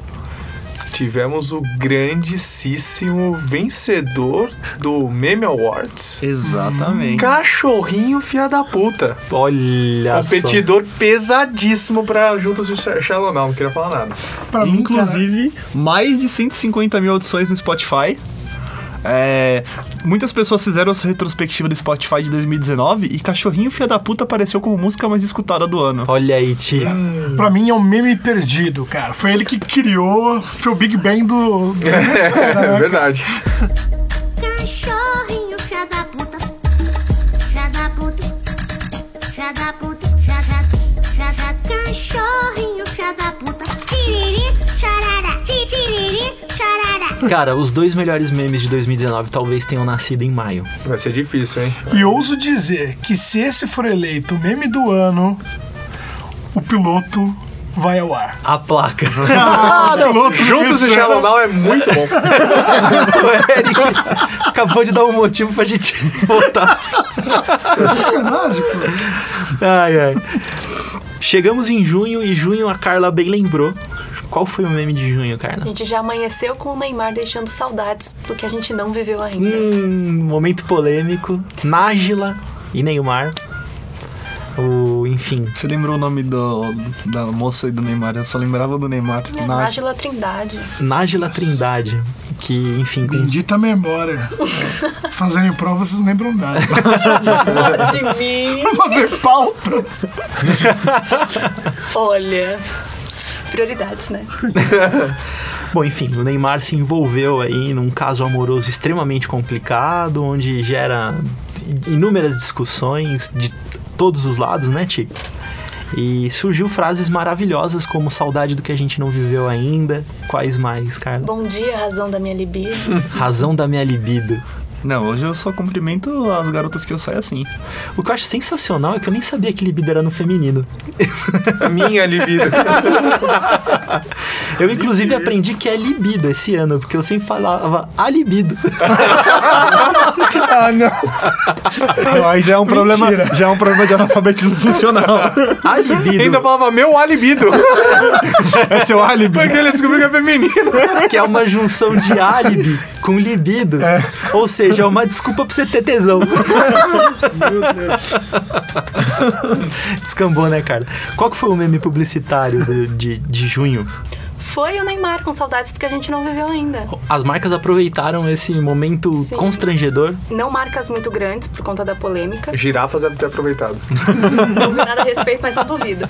[SPEAKER 6] tivemos o grandíssimo vencedor do Meme Awards.
[SPEAKER 8] Exatamente.
[SPEAKER 6] Cachorrinho filha da puta.
[SPEAKER 4] Olha
[SPEAKER 6] Competidor pesadíssimo pra juntas de Shallow Now, não queria falar nada.
[SPEAKER 8] Inclusive, mais de 150 mil audições no Spotify. É, muitas pessoas fizeram essa retrospectiva do Spotify de 2019 e Cachorrinho Fia da Puta apareceu como música mais escutada do ano. Hum.
[SPEAKER 4] Olha aí, tia.
[SPEAKER 7] Pra mim é um meme perdido, cara. Foi ele que criou, foi o Big Bang do. do
[SPEAKER 6] É verdade.
[SPEAKER 15] Cachorrinho, fia da puta. Fia da puta. Fia da puta. Fia da, fia da. Cachorrinho, fia da puta. Tiriri, tcharará. Ti- Tiriri, tcharará.
[SPEAKER 4] Cara, os dois melhores memes de 2019 talvez tenham nascido em maio.
[SPEAKER 6] Vai ser difícil, hein?
[SPEAKER 7] E ouso dizer que se esse for eleito o meme do ano, o piloto vai ao ar.
[SPEAKER 4] A placa.
[SPEAKER 7] Ah, não.
[SPEAKER 6] Juntos e
[SPEAKER 7] Isso,
[SPEAKER 6] Shallow é muito bom.
[SPEAKER 4] o Eric acabou de dar um motivo pra gente voltar. Ai, ai. Chegamos em junho e junho a Carla bem lembrou. Qual foi o meme de junho,
[SPEAKER 2] A
[SPEAKER 4] Carla?
[SPEAKER 2] gente já amanheceu com o Neymar deixando saudades do que a gente não viveu ainda.
[SPEAKER 4] Hum, momento polêmico. Nájila e Neymar. O, enfim.
[SPEAKER 8] Você lembrou o nome do, da moça e do Neymar? Eu só lembrava do Neymar.
[SPEAKER 2] É,
[SPEAKER 8] Nath.
[SPEAKER 2] Nájila Trindade.
[SPEAKER 4] Nájila Trindade. Que, enfim.
[SPEAKER 7] Bendita memória. Fazerem prova, vocês não lembram nada.
[SPEAKER 2] de mim.
[SPEAKER 7] Pra fazer pauta.
[SPEAKER 2] Olha. Prioridades, né?
[SPEAKER 4] Bom, enfim, o Neymar se envolveu aí num caso amoroso extremamente complicado, onde gera inúmeras discussões de todos os lados, né, Tico? E surgiu frases maravilhosas como saudade do que a gente não viveu ainda. Quais mais, Carla?
[SPEAKER 2] Bom dia, razão da minha libido.
[SPEAKER 4] Razão da minha libido.
[SPEAKER 8] Não, hoje eu só cumprimento as garotas que eu saio assim.
[SPEAKER 4] O que eu acho sensacional é que eu nem sabia que libido era no feminino.
[SPEAKER 6] É Minha libido.
[SPEAKER 4] Eu, inclusive, aprendi que é libido esse ano, porque eu sempre falava a libido.
[SPEAKER 7] ah, não.
[SPEAKER 8] Aí já é um problema, já é um problema de analfabetismo funcional.
[SPEAKER 4] A libido.
[SPEAKER 6] Ainda falava meu alibido.
[SPEAKER 8] É seu álibi.
[SPEAKER 6] Porque ele descobriu que é feminino.
[SPEAKER 4] Que é uma junção de álibi com libido. Ou seja, é uma desculpa pra você ter tesão.
[SPEAKER 15] Meu Deus.
[SPEAKER 4] Descambou, né, cara? Qual que foi o meme publicitário do- de, de junho?
[SPEAKER 2] Foi o Neymar com saudades do que a gente não viveu ainda.
[SPEAKER 4] As marcas aproveitaram esse momento
[SPEAKER 2] Sim.
[SPEAKER 4] constrangedor.
[SPEAKER 2] Não marcas muito grandes por conta da polêmica.
[SPEAKER 6] Girafas deve ter aproveitado.
[SPEAKER 2] Não vi nada a respeito, mas não duvido.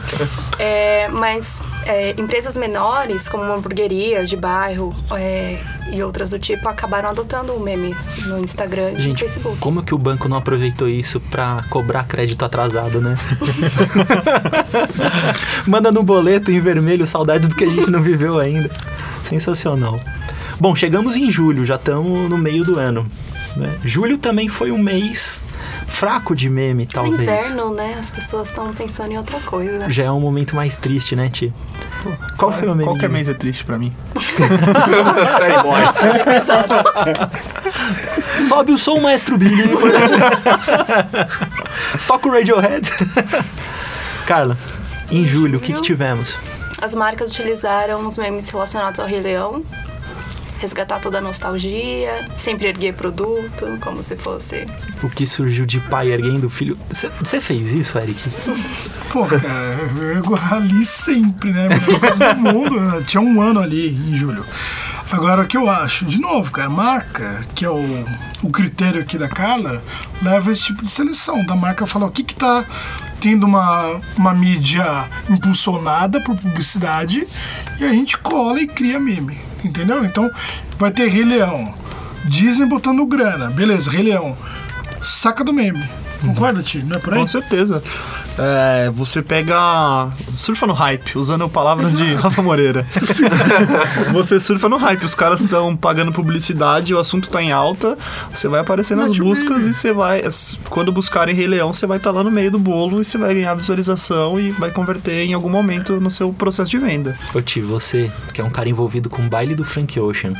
[SPEAKER 2] É, mas é, empresas menores, como uma hamburgueria de bairro é, e outras do tipo, acabaram adotando o meme no Instagram e no
[SPEAKER 4] Gente,
[SPEAKER 2] Facebook.
[SPEAKER 4] como que o banco não aproveitou isso pra cobrar crédito atrasado, né? Manda no boleto em vermelho saudades do que a gente não viveu ainda. Sensacional. Bom, chegamos em julho, já estamos no meio do ano. né? Julho também foi um mês fraco de meme,
[SPEAKER 2] No
[SPEAKER 4] talvez.
[SPEAKER 2] É inverno, né? As pessoas estão pensando em outra coisa.
[SPEAKER 4] Já é um momento mais triste, né, Ti? Qual foi o meme?
[SPEAKER 8] Qualquer
[SPEAKER 4] de-
[SPEAKER 8] mês é triste pra mim.
[SPEAKER 6] Sai, boy.
[SPEAKER 4] Sobe o som, maestro Billy. Toca o Radiohead. Carla, em julho, o que, que tivemos?
[SPEAKER 2] As marcas utilizaram os memes relacionados ao Rei Leão. Resgatar toda a nostalgia, sempre erguer produto, como se fosse.
[SPEAKER 4] O que surgiu de pai erguendo o filho? Você fez isso, Eric?
[SPEAKER 7] Pô, cara, eu ali sempre, né? Melhor coisa do mundo. né? Tinha um ano ali em julho. Agora, o que eu acho? De novo, cara, marca, que é o, o critério aqui da Carla, leva esse tipo de seleção. Da marca falar o que que tá tendo uma, uma mídia impulsionada por publicidade e a gente cola e cria meme, entendeu? Então, vai ter Rei Leão. Disney botando grana. Beleza, Rei Leão. Saca do meme. Concorda, Ti? Não é por aí?
[SPEAKER 8] Com certeza. É, você pega. surfa no hype, usando palavras de Rafa Moreira. você surfa no hype, os caras estão pagando publicidade, o assunto tá em alta, você vai aparecer nas buscas e você vai. Quando buscarem Rei Leão, você vai estar lá no meio do bolo e você vai ganhar visualização e vai converter em algum momento no seu processo de venda.
[SPEAKER 4] Ô, Ti, você, que é um cara envolvido com o baile do Frank Ocean.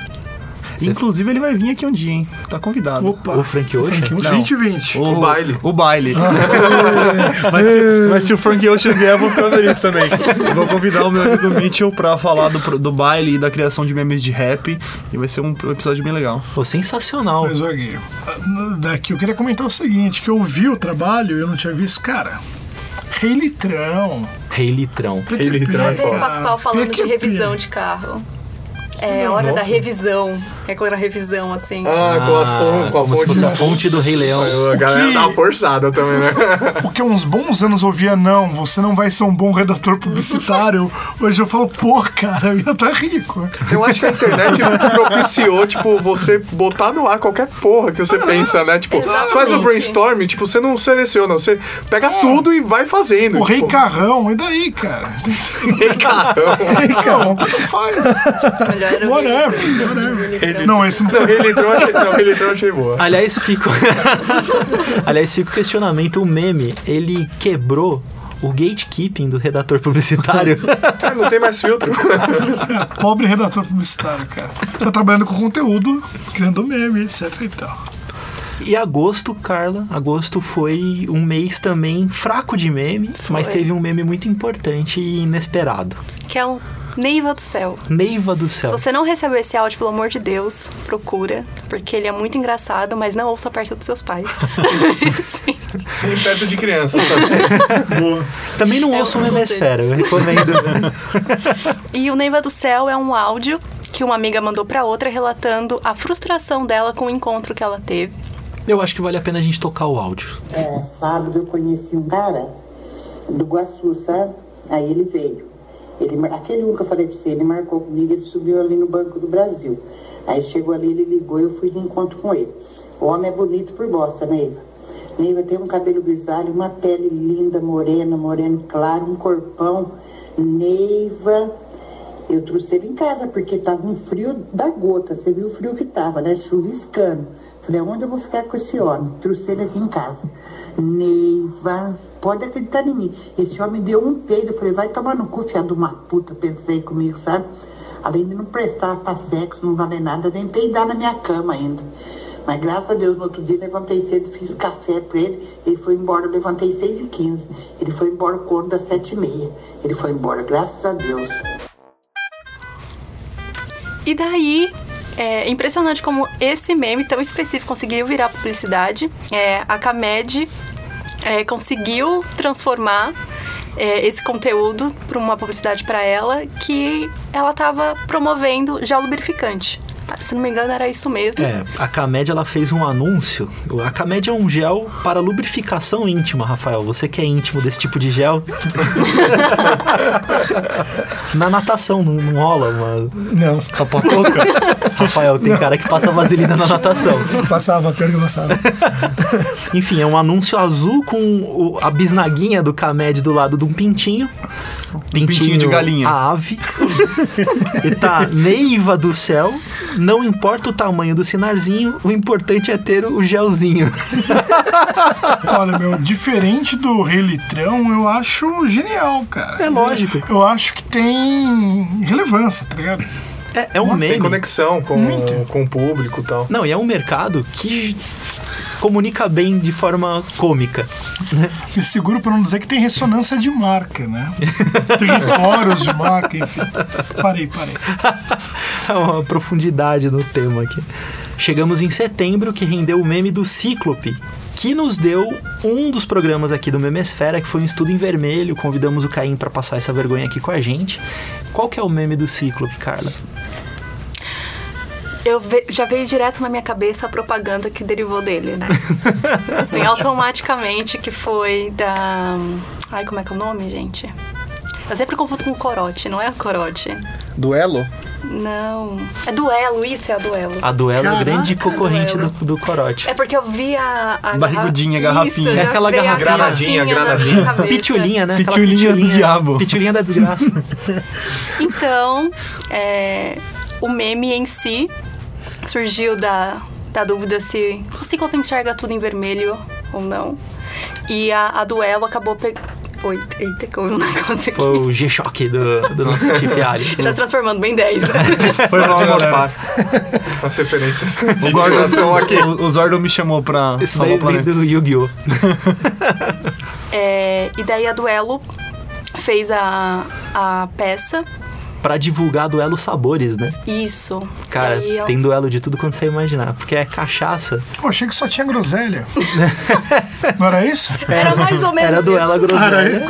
[SPEAKER 4] Cê-
[SPEAKER 8] Inclusive, ele vai vir aqui um dia, hein? Tá convidado.
[SPEAKER 4] O Frank Ocean?
[SPEAKER 8] Não.
[SPEAKER 7] 20.
[SPEAKER 8] O, baile. O baile.
[SPEAKER 7] Ah.
[SPEAKER 8] mas, se, mas se o Frank Ocean vier, eu vou ficar feliz também. Vou convidar o meu amigo Mitchell pra falar do, pro- do baile e da criação de memes de rap. E vai ser um episódio bem legal.
[SPEAKER 4] Pô, sensacional.
[SPEAKER 7] Mas, ó, Gui, daqui eu queria comentar o seguinte, que eu vi o trabalho e eu não tinha visto, cara, Rei Litrão.
[SPEAKER 4] Rei Litrão.
[SPEAKER 7] Rei
[SPEAKER 2] é Né? Cadê o Pascoal falando de revisão de carro? É a hora da
[SPEAKER 6] Nossa.
[SPEAKER 2] revisão. É quando era revisão, assim.
[SPEAKER 6] Ah, com, as fon- com a
[SPEAKER 4] como
[SPEAKER 6] fonte.
[SPEAKER 4] se fosse a fonte do Rei Leão.
[SPEAKER 6] A galera
[SPEAKER 7] Que-
[SPEAKER 6] dá uma forçada também, né?
[SPEAKER 7] Porque há uns bons anos eu ouvia, não, você não vai ser um bom redator publicitário. Hoje eu falo, pô, cara, eu ia estar rico.
[SPEAKER 6] Eu acho que a internet propiciou, tipo, você botar no ar qualquer porra que você pensa, né? Tipo, você faz um
[SPEAKER 7] Exatamente.
[SPEAKER 6] brainstorm, tipo, você não seleciona, você pega tudo e vai fazendo.
[SPEAKER 7] O Rei
[SPEAKER 6] tipo.
[SPEAKER 7] Carrão, e daí, cara?
[SPEAKER 6] Rei Carrão.
[SPEAKER 7] Rei Carrão, tanto faz.
[SPEAKER 2] Tá
[SPEAKER 7] Melhor Whatever, whatever. Não, esse não foi.
[SPEAKER 6] achei boa.
[SPEAKER 4] Aliás, fica. Aliás, fica o questionamento: o meme, ele quebrou o gatekeeping do redator publicitário.
[SPEAKER 6] Ah, não tem mais filtro.
[SPEAKER 7] É, Pobre redator publicitário, cara. Tá trabalhando com conteúdo, criando meme, etc e tal.
[SPEAKER 4] E agosto, Carla, agosto foi um mês também fraco de meme, mas teve um meme muito importante e inesperado.
[SPEAKER 2] Que é o Neiva do Céu.
[SPEAKER 4] Neiva do
[SPEAKER 2] Se
[SPEAKER 4] céu.
[SPEAKER 2] você não recebeu esse áudio, pelo amor de Deus, procura. Porque ele é muito engraçado, mas não ouça perto dos seus pais.
[SPEAKER 6] E perto de criança.
[SPEAKER 4] Também não ouço o Memesfera, eu recomendo.
[SPEAKER 2] E o Neiva do Céu é um áudio que uma amiga mandou pra outra relatando a frustração dela com o encontro que ela teve.
[SPEAKER 4] Eu acho que vale a pena a gente tocar o áudio.
[SPEAKER 18] É, sábado eu conheci um cara do Guaçu, sabe? Aí ele veio. Ele, mar- aquele um que eu falei pra você, ele marcou comigo, ele subiu ali no Banco do Brasil. Aí chegou ali, ele ligou eu fui no encontro com ele. O homem é bonito por bosta, Neiva. Neiva tem um cabelo grisalho, uma pele linda, morena, moreno claro, um corpão. Neiva, eu trouxe ele em casa, porque tava um frio da gota. Você viu o frio que tava, né? Chuviscando. Falei, aonde eu vou ficar com esse homem? Trouxe ele aqui em casa. Neiva, pode acreditar em mim. Esse homem deu um peido. Eu Falei, vai tomar no cu, fiado de uma puta. Pensei comigo, sabe? Além de não prestar pra sexo, não valer nada, nem peidar na minha cama ainda. Mas graças a Deus, no outro dia levantei cedo, fiz café pra ele, ele foi embora, eu levantei 6 e 15 Ele foi embora o corno das 7 e meia. Ele foi embora, graças a Deus.
[SPEAKER 2] E daí, é impressionante como esse meme tão específico conseguiu virar publicidade. É, a Camed é, conseguiu transformar é, esse conteúdo para uma publicidade para ela que ela estava promovendo já lubrificante. Ah, Se não me engano, era isso mesmo.
[SPEAKER 4] É, a Camed ela fez um anúncio. A Camed é um gel para lubrificação íntima, Rafael. Você que é íntimo desse tipo de gel. Na natação não, não rola uma.
[SPEAKER 14] Não.
[SPEAKER 4] Tapa pouca. Rafael, tem cara que passa vaselina na natação.
[SPEAKER 14] Passava, pior que eu passava.
[SPEAKER 4] Enfim, é um anúncio azul com o- a bisnaguinha do Camed do lado de um pintinho. Pintinho,
[SPEAKER 8] de galinha.
[SPEAKER 4] A ave. e tá Neiva do céu. Não importa o tamanho do sinarzinho, o importante é ter o gelzinho.
[SPEAKER 7] Olha, meu, diferente do Rei Litrão, eu acho genial, cara.
[SPEAKER 4] É lógico.
[SPEAKER 7] Eu acho que tem relevância, tá ligado?
[SPEAKER 4] É, é um meme.
[SPEAKER 6] Tem conexão com,
[SPEAKER 4] Muito.
[SPEAKER 6] com o público e tal.
[SPEAKER 4] Não, e é um mercado que comunica bem de forma cômica.
[SPEAKER 7] Me seguro pra não dizer que tem ressonância de marca, né? Territórios de marca, enfim. Parei, parei.
[SPEAKER 4] Há uma profundidade no tema aqui. Chegamos em setembro, que rendeu o meme do Cíclope, que nos deu um dos programas aqui do Memesfera, que foi um estudo em vermelho. Convidamos o Caim para passar essa vergonha aqui com a gente. Qual que é o meme do Cíclope, Carla?
[SPEAKER 2] Eu ve- já veio direto na minha cabeça a propaganda que derivou dele, né? assim, automaticamente, que foi da. Ai, como é que é o nome, gente? Eu sempre confundo com corote, não é corote?
[SPEAKER 8] Duelo?
[SPEAKER 2] Não. É duelo, isso é a duelo.
[SPEAKER 4] A Duelo é o
[SPEAKER 2] Caraca,
[SPEAKER 4] grande concorrente do,
[SPEAKER 2] Duelo.
[SPEAKER 4] do Corote.
[SPEAKER 2] É porque eu vi a. a
[SPEAKER 4] Barrigudinha,
[SPEAKER 2] garra-
[SPEAKER 4] garrafinha.
[SPEAKER 2] Isso,
[SPEAKER 4] É
[SPEAKER 2] já
[SPEAKER 4] aquela
[SPEAKER 2] veio a
[SPEAKER 4] garrafinha.
[SPEAKER 2] garrafinha na minha cabeça.
[SPEAKER 4] Pitulinha, né? Aquela Pitulinha do diabo. Pitulinha da desgraça.
[SPEAKER 2] Então, é, o meme em si surgiu da, da dúvida se o Ciclope enxerga tudo em vermelho ou não. E a, a duelo acabou pegando. Oi, eita, que eu não consigo.
[SPEAKER 4] Foi o G-Shock do, do nosso Chief Ali.
[SPEAKER 2] Ele tá se transformando bem 10, né?
[SPEAKER 8] Foi
[SPEAKER 6] Para
[SPEAKER 8] mal,
[SPEAKER 6] de
[SPEAKER 8] galera.
[SPEAKER 6] morfar. As referências.
[SPEAKER 8] O
[SPEAKER 6] de
[SPEAKER 8] Gordon,
[SPEAKER 6] coração aqui.
[SPEAKER 8] o, o Zordon me chamou pra
[SPEAKER 4] Esse daí
[SPEAKER 8] salvar o
[SPEAKER 4] vem
[SPEAKER 8] planeta.
[SPEAKER 4] do Yu-Gi-Oh!
[SPEAKER 2] É, e daí a Duelo fez a, a peça
[SPEAKER 4] pra divulgar duelo sabores, né?
[SPEAKER 2] Isso.
[SPEAKER 4] Cara,
[SPEAKER 2] E aí eu-
[SPEAKER 4] tem duelo de tudo quanto você imaginar, porque é cachaça.
[SPEAKER 7] Pô, achei que só tinha groselha. Não era isso?
[SPEAKER 2] É,
[SPEAKER 4] Era mais ou menos Era duela isso. groselha.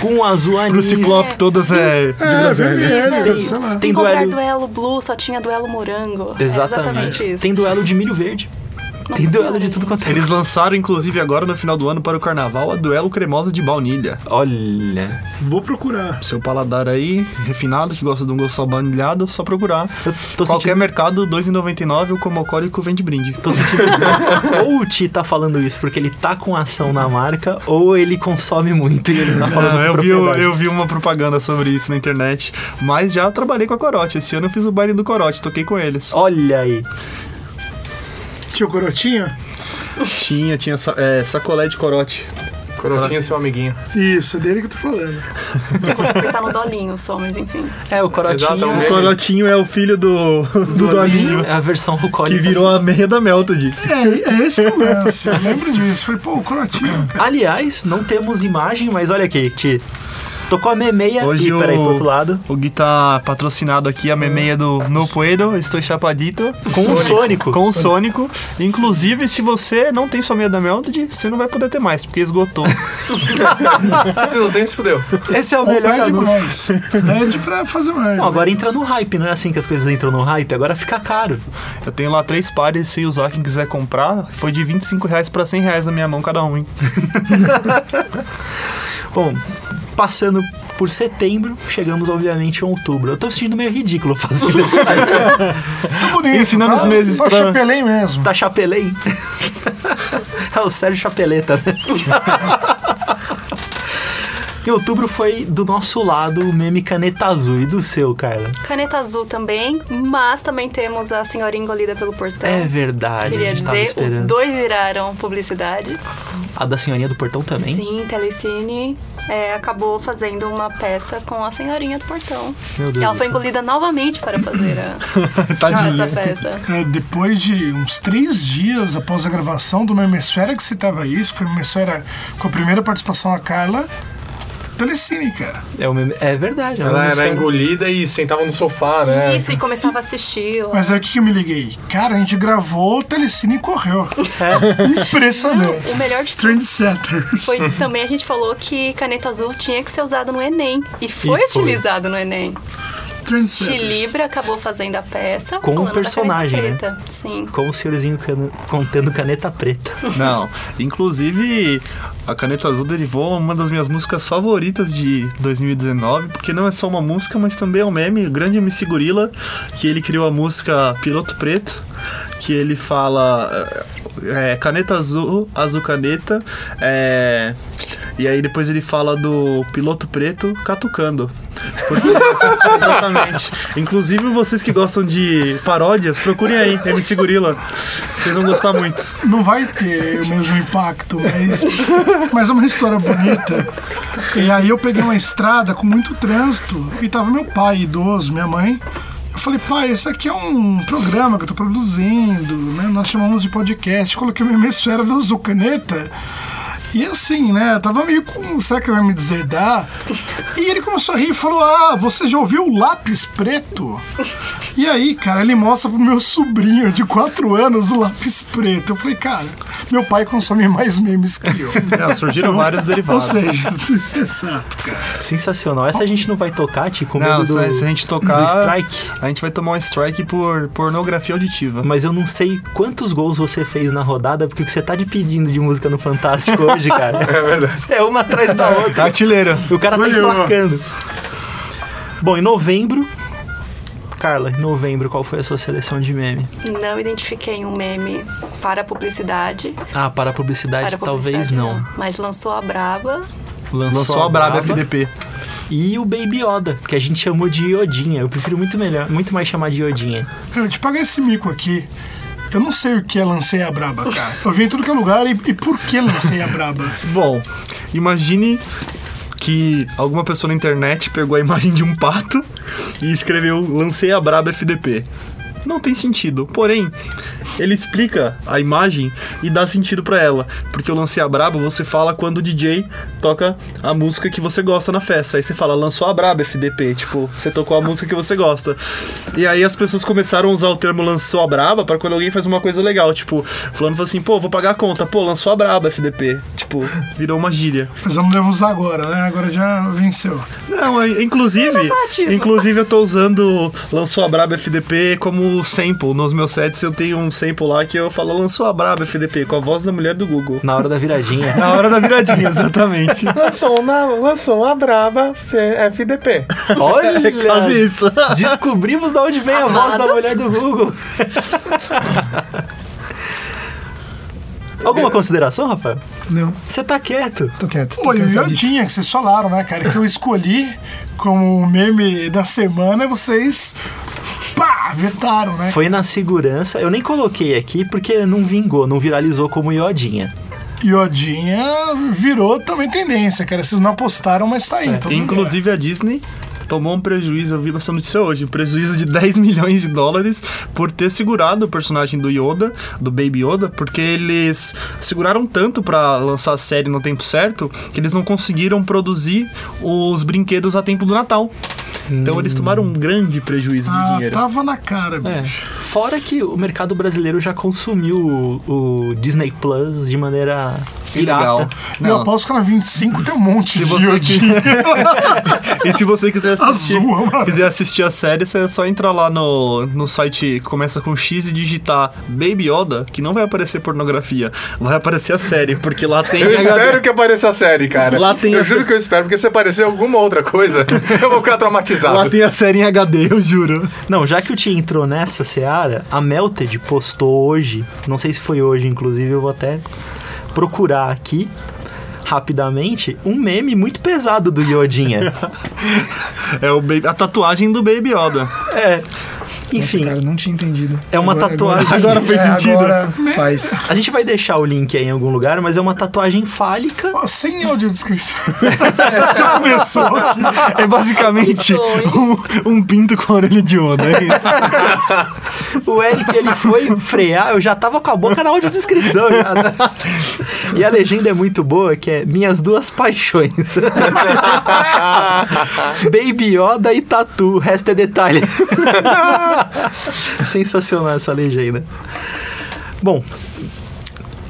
[SPEAKER 4] Com um azul anis.
[SPEAKER 8] Pro Ciclope todas é... de
[SPEAKER 7] Ah,
[SPEAKER 8] groselha.
[SPEAKER 4] Tem,
[SPEAKER 2] Tem
[SPEAKER 4] tem
[SPEAKER 2] comprar
[SPEAKER 4] duelo.
[SPEAKER 2] duelo blue, só tinha duelo morango. É
[SPEAKER 4] Exatamente.
[SPEAKER 2] exatamente isso.
[SPEAKER 4] Tem duelo de milho verde. Tem duelo de tudo quanto é.
[SPEAKER 8] Eles lançaram, inclusive, agora no final do ano para o carnaval, a duelo cremosa de baunilha.
[SPEAKER 4] Olha.
[SPEAKER 8] Vou procurar. Seu paladar aí, refinado, que gosta de um gosto só baunilhado, só procurar. Qualquer mercado, R$2,99, o Comocólico vende brinde.
[SPEAKER 4] Tô sentindo. ou o Ti tá falando isso porque ele tá com ação na marca, ou ele consome muito e ele tá falando
[SPEAKER 8] Não, eu, vi,
[SPEAKER 4] propriedade.
[SPEAKER 8] eu vi uma propaganda sobre isso na internet, mas já trabalhei com a Corote. Esse ano eu fiz o baile do Corote, toquei com eles.
[SPEAKER 4] Olha aí.
[SPEAKER 8] Tinha o Corotinho? Tinha, tinha sa- é, sacolé de Corote.
[SPEAKER 6] Corotinho é seu
[SPEAKER 8] amiguinho.
[SPEAKER 7] Isso, é dele que eu tô falando.
[SPEAKER 2] Eu consigo pensar no dolinho só, mas enfim.
[SPEAKER 4] É, o Corotinho.
[SPEAKER 8] Exato, é um meme. O Corotinho é o filho do, do, Dolinho.
[SPEAKER 4] É a versão
[SPEAKER 8] Que virou a meia da Melted.
[SPEAKER 7] É, é esse que eu lance. Eu lembro disso. Falei, pô, o Crotinho.
[SPEAKER 4] Aliás, não temos imagem, mas olha aqui, Ti. Tocou a memeia
[SPEAKER 8] Hoje
[SPEAKER 4] e
[SPEAKER 8] o,
[SPEAKER 4] peraí, pro outro lado.
[SPEAKER 8] o Gui tá patrocinado aqui, a memeia do No Puedo, Estou Chapadito.
[SPEAKER 4] Com o Sônico.
[SPEAKER 8] Com o
[SPEAKER 4] Sônico.
[SPEAKER 8] Sônico. Inclusive, se você não tem sua meia da Melted, você não vai poder ter mais, porque esgotou.
[SPEAKER 6] Se não tem, se fudeu.
[SPEAKER 4] Esse é o
[SPEAKER 8] Ou
[SPEAKER 4] melhor
[SPEAKER 8] pede
[SPEAKER 4] anúncio.
[SPEAKER 8] mais. Pede
[SPEAKER 7] pra fazer mais. né?
[SPEAKER 4] Não, agora entra no hype, não é assim que as coisas entram no hype, agora fica caro.
[SPEAKER 8] Eu tenho lá três pares, se usar quem quiser comprar, foi de 25 reais pra 100 reais na minha mão cada um, hein?
[SPEAKER 4] Bom, passando por setembro, chegamos obviamente em outubro. Eu tô me sentindo meio ridículo fazendo isso.
[SPEAKER 7] Tá bonito.
[SPEAKER 4] Ensinando
[SPEAKER 7] tá,
[SPEAKER 4] os meses
[SPEAKER 7] Tá
[SPEAKER 4] pra-
[SPEAKER 7] chapelém mesmo.
[SPEAKER 4] Tá chapelém? É o Sérgio Chapeleta, né? Em outubro foi do nosso lado o meme caneta azul e do seu, Carla.
[SPEAKER 2] Caneta azul também, mas também temos a senhorinha engolida pelo portão.
[SPEAKER 4] É verdade. a
[SPEAKER 2] Queria
[SPEAKER 4] gente tava
[SPEAKER 2] dizer, os
[SPEAKER 4] esperando.
[SPEAKER 2] dois viraram publicidade.
[SPEAKER 4] A da senhorinha do portão também?
[SPEAKER 2] Sim, Telecine é, acabou fazendo uma peça com a senhorinha do portão.
[SPEAKER 4] Meu Deus
[SPEAKER 2] Ela
[SPEAKER 4] do
[SPEAKER 2] foi
[SPEAKER 4] céu.
[SPEAKER 2] engolida novamente para fazer a,
[SPEAKER 7] Tadinha.
[SPEAKER 2] essa peça.
[SPEAKER 7] É, depois de uns três dias após a gravação do meu hemisfério que citava isso, que foi uma hemisfério com a primeira participação da Carla, Telecine, cara.
[SPEAKER 4] É, o meme- é verdade. é um
[SPEAKER 6] Ela
[SPEAKER 4] meme
[SPEAKER 6] era
[SPEAKER 4] espero-
[SPEAKER 6] engolida e sentava no sofá,
[SPEAKER 4] É.
[SPEAKER 6] né?
[SPEAKER 2] Isso, e começava a assistir.
[SPEAKER 7] Mas aí o que, que eu me liguei? Cara, a gente gravou o Telecine e correu.
[SPEAKER 4] É.
[SPEAKER 7] Impressionante.
[SPEAKER 2] O melhor de tudo
[SPEAKER 7] Trendsetters.
[SPEAKER 2] foi também a gente falou que caneta azul tinha que ser usada no Enem. E foi,
[SPEAKER 4] foi.
[SPEAKER 2] utilizada no Enem.
[SPEAKER 7] Trendsetters.
[SPEAKER 2] Tilibra acabou fazendo a peça.
[SPEAKER 4] Com um
[SPEAKER 2] falando da
[SPEAKER 4] personagem, né?
[SPEAKER 2] caneta preta. Sim.
[SPEAKER 4] Com o senhorzinho cano- contando caneta preta.
[SPEAKER 8] Não, inclusive a Caneta Azul derivou uma das minhas músicas favoritas de 2019, porque não é só uma música, mas também é um meme, o grande MC Gorila, que ele criou a música Piloto Preto, que ele fala é, Caneta Azul, Azul Caneta, é, e aí depois ele fala do Piloto Preto catucando. Porque- exatamente. Inclusive vocês que gostam de paródias, procurem aí, MC Gorila. Vocês vão gostar muito.
[SPEAKER 7] Não vai ter o mesmo impacto, mas, mas é uma história bonita. E aí eu peguei uma estrada com muito trânsito e tava meu pai idoso, minha mãe. Eu falei, pai, esse aqui é um programa que eu tô produzindo, né? Nós chamamos de podcast. Coloquei minha hemisfério da Zucaneta. E assim, né? eu Tava meio com. Será que vai me deserdar? E ele começou a rir e falou: Ah, você já ouviu o lápis preto? E aí, cara, ele mostra pro meu sobrinho de 4 anos o lápis preto. Eu falei, cara, meu pai consome mais memes que eu.
[SPEAKER 8] Não, surgiram vários derivados.
[SPEAKER 7] Ou seja, exato, cara.
[SPEAKER 4] Sensacional. Essa a gente não vai tocar, Ti, com
[SPEAKER 8] Não,
[SPEAKER 4] medo
[SPEAKER 8] se,
[SPEAKER 4] do,
[SPEAKER 8] se a gente tocar,
[SPEAKER 4] do strike.
[SPEAKER 8] a gente vai tomar um strike por pornografia auditiva.
[SPEAKER 4] Mas eu não sei quantos gols você fez na rodada, porque o que você tá de pedindo de música no Fantástico hoje, cara.
[SPEAKER 8] É verdade.
[SPEAKER 4] É uma atrás da outra.
[SPEAKER 8] Artilheira.
[SPEAKER 4] O cara tá
[SPEAKER 8] Olha, ó.
[SPEAKER 4] emplacando. Bom, em novembro. Carla, em novembro, qual foi a sua seleção de meme?
[SPEAKER 2] Não identifiquei um meme para publicidade.
[SPEAKER 4] Ah, para a publicidade,
[SPEAKER 2] Para a
[SPEAKER 4] talvez
[SPEAKER 2] publicidade, né?
[SPEAKER 4] não.
[SPEAKER 2] Mas lançou a Braba.
[SPEAKER 8] Lançou a Braba FDP.
[SPEAKER 4] E o Baby Yoda, que a gente chamou de Iodinha. Eu prefiro muito melhor, muito mais chamar de Iodinha.
[SPEAKER 7] Eu te pagar esse mico aqui. Eu não sei o que é lancei a braba, cara. Eu vi em tudo que é lugar e, e por que lancei a braba?
[SPEAKER 8] Bom, imagine que alguma pessoa na internet pegou a imagem de um pato e escreveu Lancei a Braba FDP. não tem sentido. Porém, ele explica a imagem e dá sentido pra ela. Porque o lancei a braba, você fala quando o DJ toca a música que você gosta na festa. Aí você fala, lançou a braba, FDP. Tipo, você tocou a música que você gosta. E aí as pessoas começaram a usar o termo lançou a braba pra quando alguém faz uma coisa legal. Tipo, falando assim, pô, vou pagar a conta. Pô, lançou a braba, FDP. Tipo, virou uma gíria.
[SPEAKER 7] Mas eu não devo usar agora, né? Agora já venceu.
[SPEAKER 8] Não, é- inclusive,
[SPEAKER 7] ativo.
[SPEAKER 8] inclusive eu tô usando Lançou a Braba FDP como sample. Nos meus sets eu tenho um sample lá que eu falo Lançou a Braba FDP com a voz da mulher do Google.
[SPEAKER 4] Na hora da viradinha.
[SPEAKER 8] Na hora da viradinha, exatamente. É
[SPEAKER 6] Lançou uma, lançou uma braba F- FDP.
[SPEAKER 4] Olha,
[SPEAKER 6] É quase isso.
[SPEAKER 4] Descobrimos de onde vem a voz da
[SPEAKER 6] Amadas.
[SPEAKER 4] mulher do Google. Alguma consideração, Rafael?
[SPEAKER 14] Não.
[SPEAKER 4] Você tá quieto.
[SPEAKER 14] Tô quieto.
[SPEAKER 7] Olha, eu tinha que vocês falaram, né, cara? Que eu escolhi como o meme da semana e vocês. pá, vetaram, né?
[SPEAKER 4] Foi na segurança. Eu nem coloquei aqui porque não vingou, não viralizou como iodinha.
[SPEAKER 7] Iodinha virou também tendência, cara. Vocês não apostaram, mas tá aí. todo mundo
[SPEAKER 8] É, Inclusive a Disney tomou um prejuízo, eu vi essa notícia hoje, um prejuízo de 10 milhões de dólares por ter segurado o personagem do Yoda, do Baby Yoda, porque eles seguraram tanto pra lançar a série no tempo certo que eles não conseguiram produzir os brinquedos a tempo do Natal. Então eles tomaram um grande prejuízo de
[SPEAKER 7] Ah,
[SPEAKER 8] dinheiro.
[SPEAKER 7] tava na cara,
[SPEAKER 4] É.
[SPEAKER 7] bicho.
[SPEAKER 4] Fora que o mercado brasileiro já consumiu o, o Disney Plus de maneira
[SPEAKER 8] Ilegal.
[SPEAKER 4] pirata.
[SPEAKER 7] E Eu aposto que na 25 tem um monte de
[SPEAKER 8] você
[SPEAKER 7] iodinha.
[SPEAKER 8] e se você quiser assistir,
[SPEAKER 7] Azul, amarelo.
[SPEAKER 8] quiser assistir a série, você é só entrar lá no, no site que começa com X e digitar Baby Yoda, que não vai aparecer pornografia, vai aparecer a série, porque lá tem.
[SPEAKER 6] Eu
[SPEAKER 8] HD.
[SPEAKER 6] espero que apareça a série, cara.
[SPEAKER 8] Lá tem
[SPEAKER 6] eu
[SPEAKER 8] a
[SPEAKER 6] juro que eu espero, porque se aparecer alguma outra coisa, eu vou ficar traumatizado.
[SPEAKER 4] Lá
[SPEAKER 8] tem a série em HD, eu juro.
[SPEAKER 4] Não, já que o Tim entrou nessa seara, a Melted postou hoje, não sei se foi hoje, inclusive, eu vou até procurar aqui rapidamente, um meme muito pesado do Iodinha.
[SPEAKER 8] é o baby, a tatuagem do Baby Yoda.
[SPEAKER 4] É. Enfim.
[SPEAKER 14] cara, não tinha entendido.
[SPEAKER 4] É uma
[SPEAKER 14] Agora-
[SPEAKER 4] tatuagem.
[SPEAKER 14] agora- É, Agora faz.
[SPEAKER 4] A gente vai deixar o link aí em algum lugar, mas é uma tatuagem fálica.
[SPEAKER 7] Sem audiodescrição. Já começou.
[SPEAKER 8] É basicamente um, um pinto com a orelha de Yoda, é isso.
[SPEAKER 4] O Eric, ele foi frear, eu já tava com a boca na audiodescrição. Já, né? E a legenda é muito boa, que é Minhas Duas Paixões. Baby Yoda e Tatu, o resto é detalhe. Sensacional essa legenda. Bom,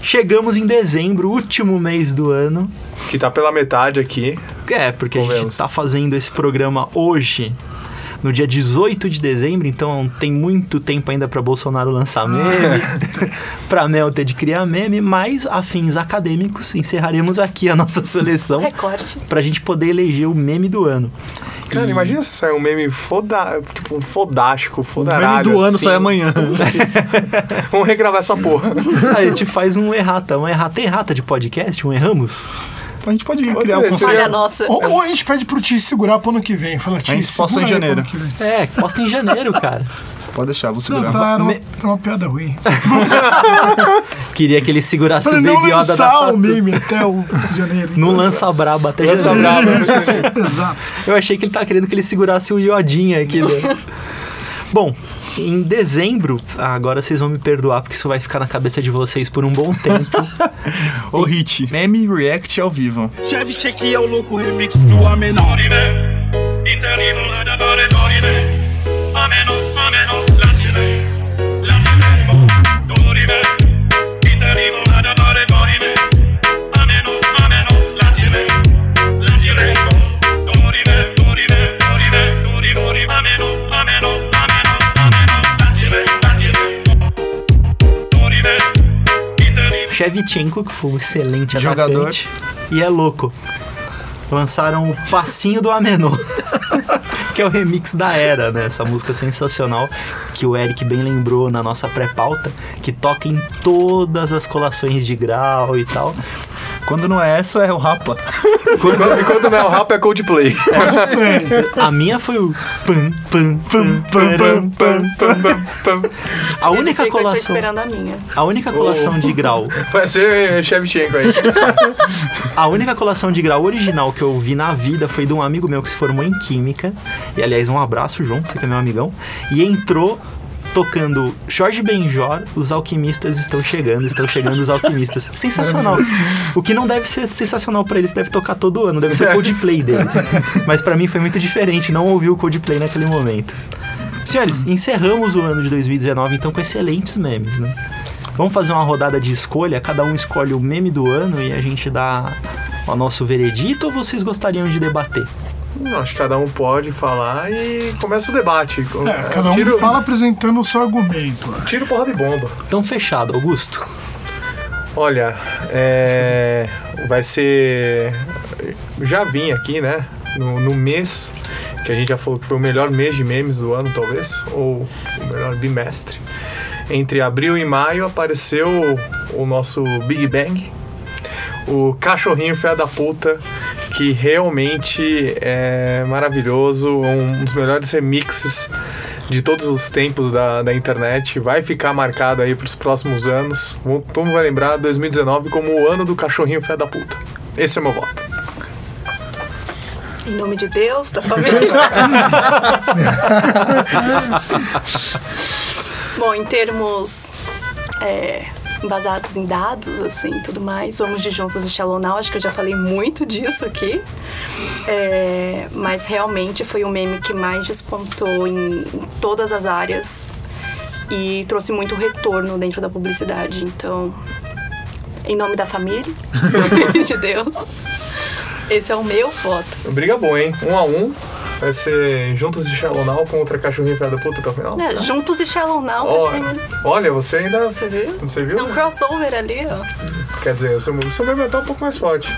[SPEAKER 4] chegamos em dezembro, último mês do ano.
[SPEAKER 6] Que tá pela metade aqui.
[SPEAKER 4] É, porque a gente
[SPEAKER 6] Convenhamos.
[SPEAKER 4] tá fazendo esse programa hoje, no dia 18 de dezembro, então tem muito tempo ainda pra Bolsonaro lançar meme, pra Melted criar meme, mas a fins acadêmicos encerraremos aqui a nossa seleção.
[SPEAKER 2] Recorte.
[SPEAKER 4] Pra gente poder eleger o meme do ano.
[SPEAKER 6] Cara, imagina se sair um meme foda, tipo um fodástico, fodaralho.
[SPEAKER 4] meme do ano
[SPEAKER 6] assim.
[SPEAKER 4] sai amanhã.
[SPEAKER 6] Vamos regravar essa porra.
[SPEAKER 4] Aí a gente faz um errata, um errata, tem errata de podcast, um erramos?
[SPEAKER 7] A gente pode
[SPEAKER 4] criar um conceito. Olha a nossa.
[SPEAKER 7] Ou, ou a gente pede pro Ti segurar pro ano que vem. Fala, Ti,
[SPEAKER 4] A gente posta
[SPEAKER 7] segura
[SPEAKER 4] em
[SPEAKER 7] aí pro
[SPEAKER 4] janeiro.
[SPEAKER 7] ano que vem.
[SPEAKER 4] É, posta em janeiro, cara.
[SPEAKER 8] Pode deixar, vou
[SPEAKER 7] Não, tá, era uma, era uma piada ruim.
[SPEAKER 4] Queria que ele segurasse
[SPEAKER 7] Pra
[SPEAKER 4] o
[SPEAKER 7] não
[SPEAKER 4] Baby Yoda da
[SPEAKER 7] lançar o
[SPEAKER 4] Tatu.
[SPEAKER 7] meme até o janeiro.
[SPEAKER 4] Não lança a braba até
[SPEAKER 7] Lança a
[SPEAKER 4] janeiro.
[SPEAKER 7] braba. Exato.
[SPEAKER 4] Eu achei que ele tá querendo que ele segurasse o iodinha aqui. Né? Bom, em dezembro, agora vocês vão me perdoar porque isso vai ficar na cabeça de vocês por um bom tempo.
[SPEAKER 8] o hit. Meme React ao vivo.
[SPEAKER 19] Chevy Check é o louco remix do Ameno.
[SPEAKER 4] Shevchenko, que foi um excelente
[SPEAKER 8] Jogador.
[SPEAKER 4] atacante, e é louco. Lançaram o Passinho do Amenô, que é o remix da era, né? Essa música sensacional que o Eric bem lembrou na nossa pré-pauta, que toca em todas as colações de grau e tal.
[SPEAKER 8] Quando não é essa, é o Rapa.
[SPEAKER 6] Quando, quando não é o rap, é Coldplay.
[SPEAKER 4] A minha foi o pam, pam, pam, pam, pam, pam, pam, pam, pam. A única
[SPEAKER 2] Ficam só
[SPEAKER 4] colação.
[SPEAKER 2] esperando a minha.
[SPEAKER 4] A única colação de grau.
[SPEAKER 6] Vai ser Shevchenko aí.
[SPEAKER 4] A única colação de grau original que eu vi na vida foi de um amigo meu que se formou em Química. E aliás, um abraço, João, você que é meu amigão. E entrou tocando Jorge Benjor, os alquimistas estão chegando, estão chegando os alquimistas. Sensacional. O que não deve ser sensacional pra eles, deve tocar todo ano, deve ser o Coldplay deles. Mas pra mim foi muito diferente, não ouvi o Coldplay naquele momento. Senhores, encerramos o ano de 2019 então com excelentes memes, né? Vamos fazer uma rodada de escolha, cada um escolhe o meme do ano e a gente dá o nosso veredito ou vocês gostariam de debater?
[SPEAKER 6] Não, acho que cada um pode falar e começa o debate.
[SPEAKER 7] É, cada um
[SPEAKER 6] Tiro-
[SPEAKER 7] fala apresentando o seu argumento.
[SPEAKER 6] Tiro porra de bomba.
[SPEAKER 4] Então fechado, Augusto.
[SPEAKER 6] Olha, é, vai ser. Já vim aqui, né? No, no mês que a gente já falou que foi o melhor mês de memes do ano, talvez, ou o melhor bimestre. Entre abril e maio apareceu o nosso Big Bang, o cachorrinho fé da puta, que realmente é maravilhoso, um dos melhores remixes de todos os tempos da, da internet, vai ficar marcado aí pros próximos anos. Vão- Todo mundo vai lembrar 2019 como o ano do cachorrinho fé da puta. Esse é meu voto.
[SPEAKER 2] Em nome de Deus, da família. Bom, em termos é, baseados em dados, assim, tudo mais, vamos de Juntos e Shallow Now, acho que eu já falei muito disso aqui. É, mas realmente foi o meme que mais despontou em, em todas as áreas e trouxe muito retorno dentro da publicidade. Então, em nome da família, em nome de Deus, esse é o meu voto.
[SPEAKER 6] Briga boa, hein? Um a um. Vai ser juntos de Shallow Now contra cachorrinho fé da puta até o final.
[SPEAKER 2] É, juntos e Shallow Now,
[SPEAKER 6] Olha, olha, você ainda.
[SPEAKER 2] Você viu?
[SPEAKER 6] Você viu?
[SPEAKER 2] É um crossover ali, ó.
[SPEAKER 6] Quer dizer, o seu, o seu meme é até um pouco mais forte.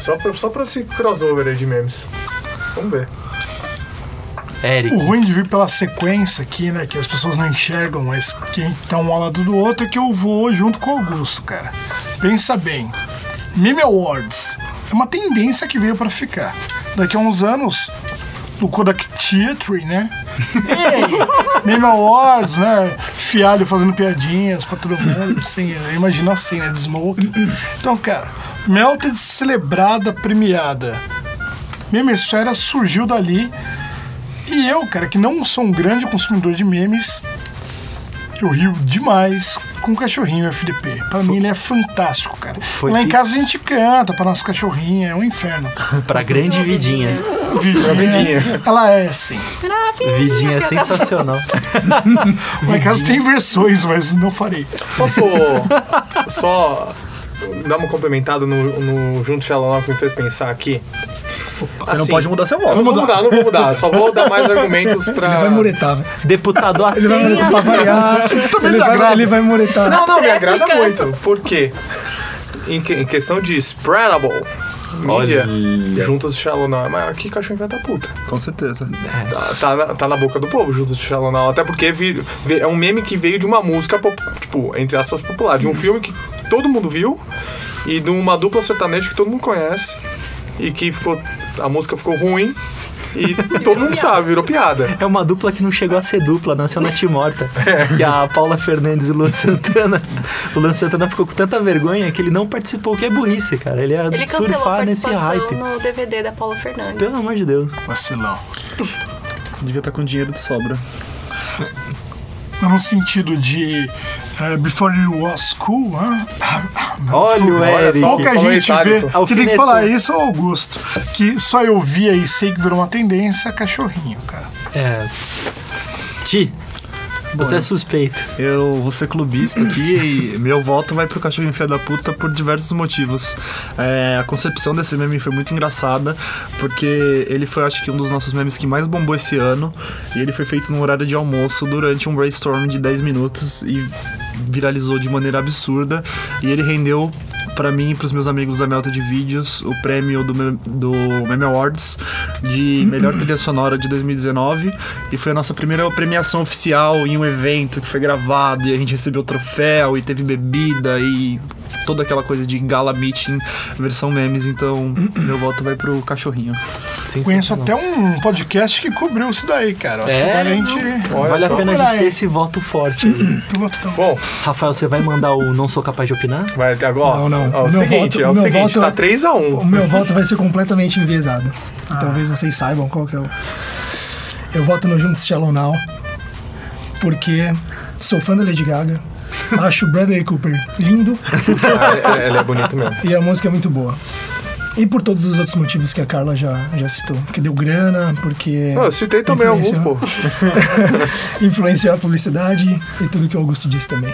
[SPEAKER 6] Só pra, só pra esse crossover aí de memes. Vamos ver.
[SPEAKER 4] Eric.
[SPEAKER 7] O ruim de vir pela sequência aqui, né? Que as pessoas não enxergam, mas quem tá um ao lado do outro é que eu vou junto com o Augusto, cara. Pensa bem. Meme Awards é uma tendência que veio pra ficar. Daqui a uns anos, o Kodak Theatre, né? Ei, Meme Awards, né? Fialho fazendo piadinhas pra todo mundo, assim. eu Imagino assim, né? De smoke. Então, cara, Melted celebrada, premiada. Meme Esfera surgiu dali e eu, cara, que não sou um grande consumidor de memes, eu rio demais com o cachorrinho FDP. Pra mim ele é fantástico, cara.
[SPEAKER 4] Foi
[SPEAKER 7] Lá em
[SPEAKER 4] que-
[SPEAKER 7] casa a gente canta pra nossa cachorrinha, é um inferno.
[SPEAKER 4] pra grande vidinha.
[SPEAKER 7] Vidinha, Ela é assim.
[SPEAKER 4] Vidinha é sensacional.
[SPEAKER 7] Lá em casa tem versões, mas não farei.
[SPEAKER 6] Posso só dar uma complementada no, no Junto Shalom que me fez pensar aqui?
[SPEAKER 8] Você não pode mudar seu voto.
[SPEAKER 6] Eu não vou mudar, não vou mudar. Só vou dar mais argumentos pra.
[SPEAKER 14] Ele vai muretar, velho.
[SPEAKER 4] Deputado
[SPEAKER 14] Ele vai muretar pra variar.
[SPEAKER 6] Também
[SPEAKER 14] ele,
[SPEAKER 6] me
[SPEAKER 14] vai,
[SPEAKER 6] agrada.
[SPEAKER 14] ele vai muretar.
[SPEAKER 6] Não, não, me agrada muito. Por quê? Em, que- em questão de spreadable mídia, Juntos de Shalonau é maior que Cachorro Inverno da Puta.
[SPEAKER 8] Com certeza.
[SPEAKER 6] Tá, tá na, tá na boca do povo, Juntos de Shalonau. Até porque vi- vi- é um meme que veio de uma música, pop- tipo, entre aspas, popular.
[SPEAKER 8] Hum.
[SPEAKER 6] De um filme que todo mundo viu e de uma dupla sertaneja que todo mundo conhece e que ficou... A música ficou ruim e todo mundo sabe, virou piada.
[SPEAKER 4] É uma dupla que não chegou a ser dupla, né? nasceu na Timorta. E a Paula Fernandes e o Luan Santana. O Luan Santana ficou com tanta vergonha que ele não participou, que é burrice, cara. Ele ia
[SPEAKER 2] Ele cancelou a
[SPEAKER 4] surfar nesse
[SPEAKER 2] participação
[SPEAKER 4] hype.
[SPEAKER 2] no DVD da Paula Fernandes.
[SPEAKER 4] Pelo amor de Deus.
[SPEAKER 7] Vacilão.
[SPEAKER 8] Devia estar com dinheiro de sobra.
[SPEAKER 7] No sentido de eh, Before You Was Cool, né?
[SPEAKER 4] Olha o
[SPEAKER 7] Olha
[SPEAKER 4] Eric.
[SPEAKER 7] só que a
[SPEAKER 4] Falou
[SPEAKER 7] gente vê.
[SPEAKER 4] itálico.
[SPEAKER 7] Que tem que
[SPEAKER 4] Alfinetou.
[SPEAKER 7] falar isso é o Augusto. Que só eu via e sei que virou uma tendência cachorrinho, cara.
[SPEAKER 4] É. Ti, você é suspeito.
[SPEAKER 8] Eu vou ser clubista aqui e meu voto vai pro cachorro enfiado da puta por diversos motivos. É, a concepção desse meme foi muito engraçada, porque ele foi, acho que, um dos nossos memes que mais bombou esse ano. E ele foi feito no horário de almoço durante um brainstorm de 10 minutos e viralizou de maneira absurda. E ele rendeu pra mim e pros meus amigos da Melta de Vídeos o prêmio do, Mem- do Meme Awards de melhor trilha sonora de 2019 e foi a nossa primeira premiação oficial em um evento que foi gravado e a gente recebeu troféu e teve bebida e toda aquela coisa de gala meeting versão memes, então meu voto vai pro cachorrinho.
[SPEAKER 7] Conheço até um podcast que cobriu isso daí, cara. Eu Acho que vale a gente.
[SPEAKER 4] vale a pena a
[SPEAKER 7] procurar,
[SPEAKER 4] gente ter
[SPEAKER 7] hein?
[SPEAKER 4] esse voto forte. aí.
[SPEAKER 6] Bom,
[SPEAKER 4] Rafael, você vai mandar o não sou capaz de opinar?
[SPEAKER 6] Vai até agora.
[SPEAKER 4] Não, não.
[SPEAKER 6] Ó, o seguinte, é o
[SPEAKER 14] meu
[SPEAKER 6] seguinte, tá
[SPEAKER 14] vai-
[SPEAKER 6] 3 a 1.
[SPEAKER 14] O meu voto vai ser completamente enviesado. Talvez vocês saibam qual que é o. Eu voto no Juntos Shallow Now. porque sou fã da Lady Gaga. Acho o Bradley Cooper lindo.
[SPEAKER 6] Ah, ele é bonito mesmo.
[SPEAKER 14] E a música é muito boa. E por todos os outros motivos que a Carla já, já citou. Que deu grana, porque.
[SPEAKER 6] Ah, eu citei também alguns,
[SPEAKER 14] influenciou- influenciou a publicidade e tudo que o Augusto disse também.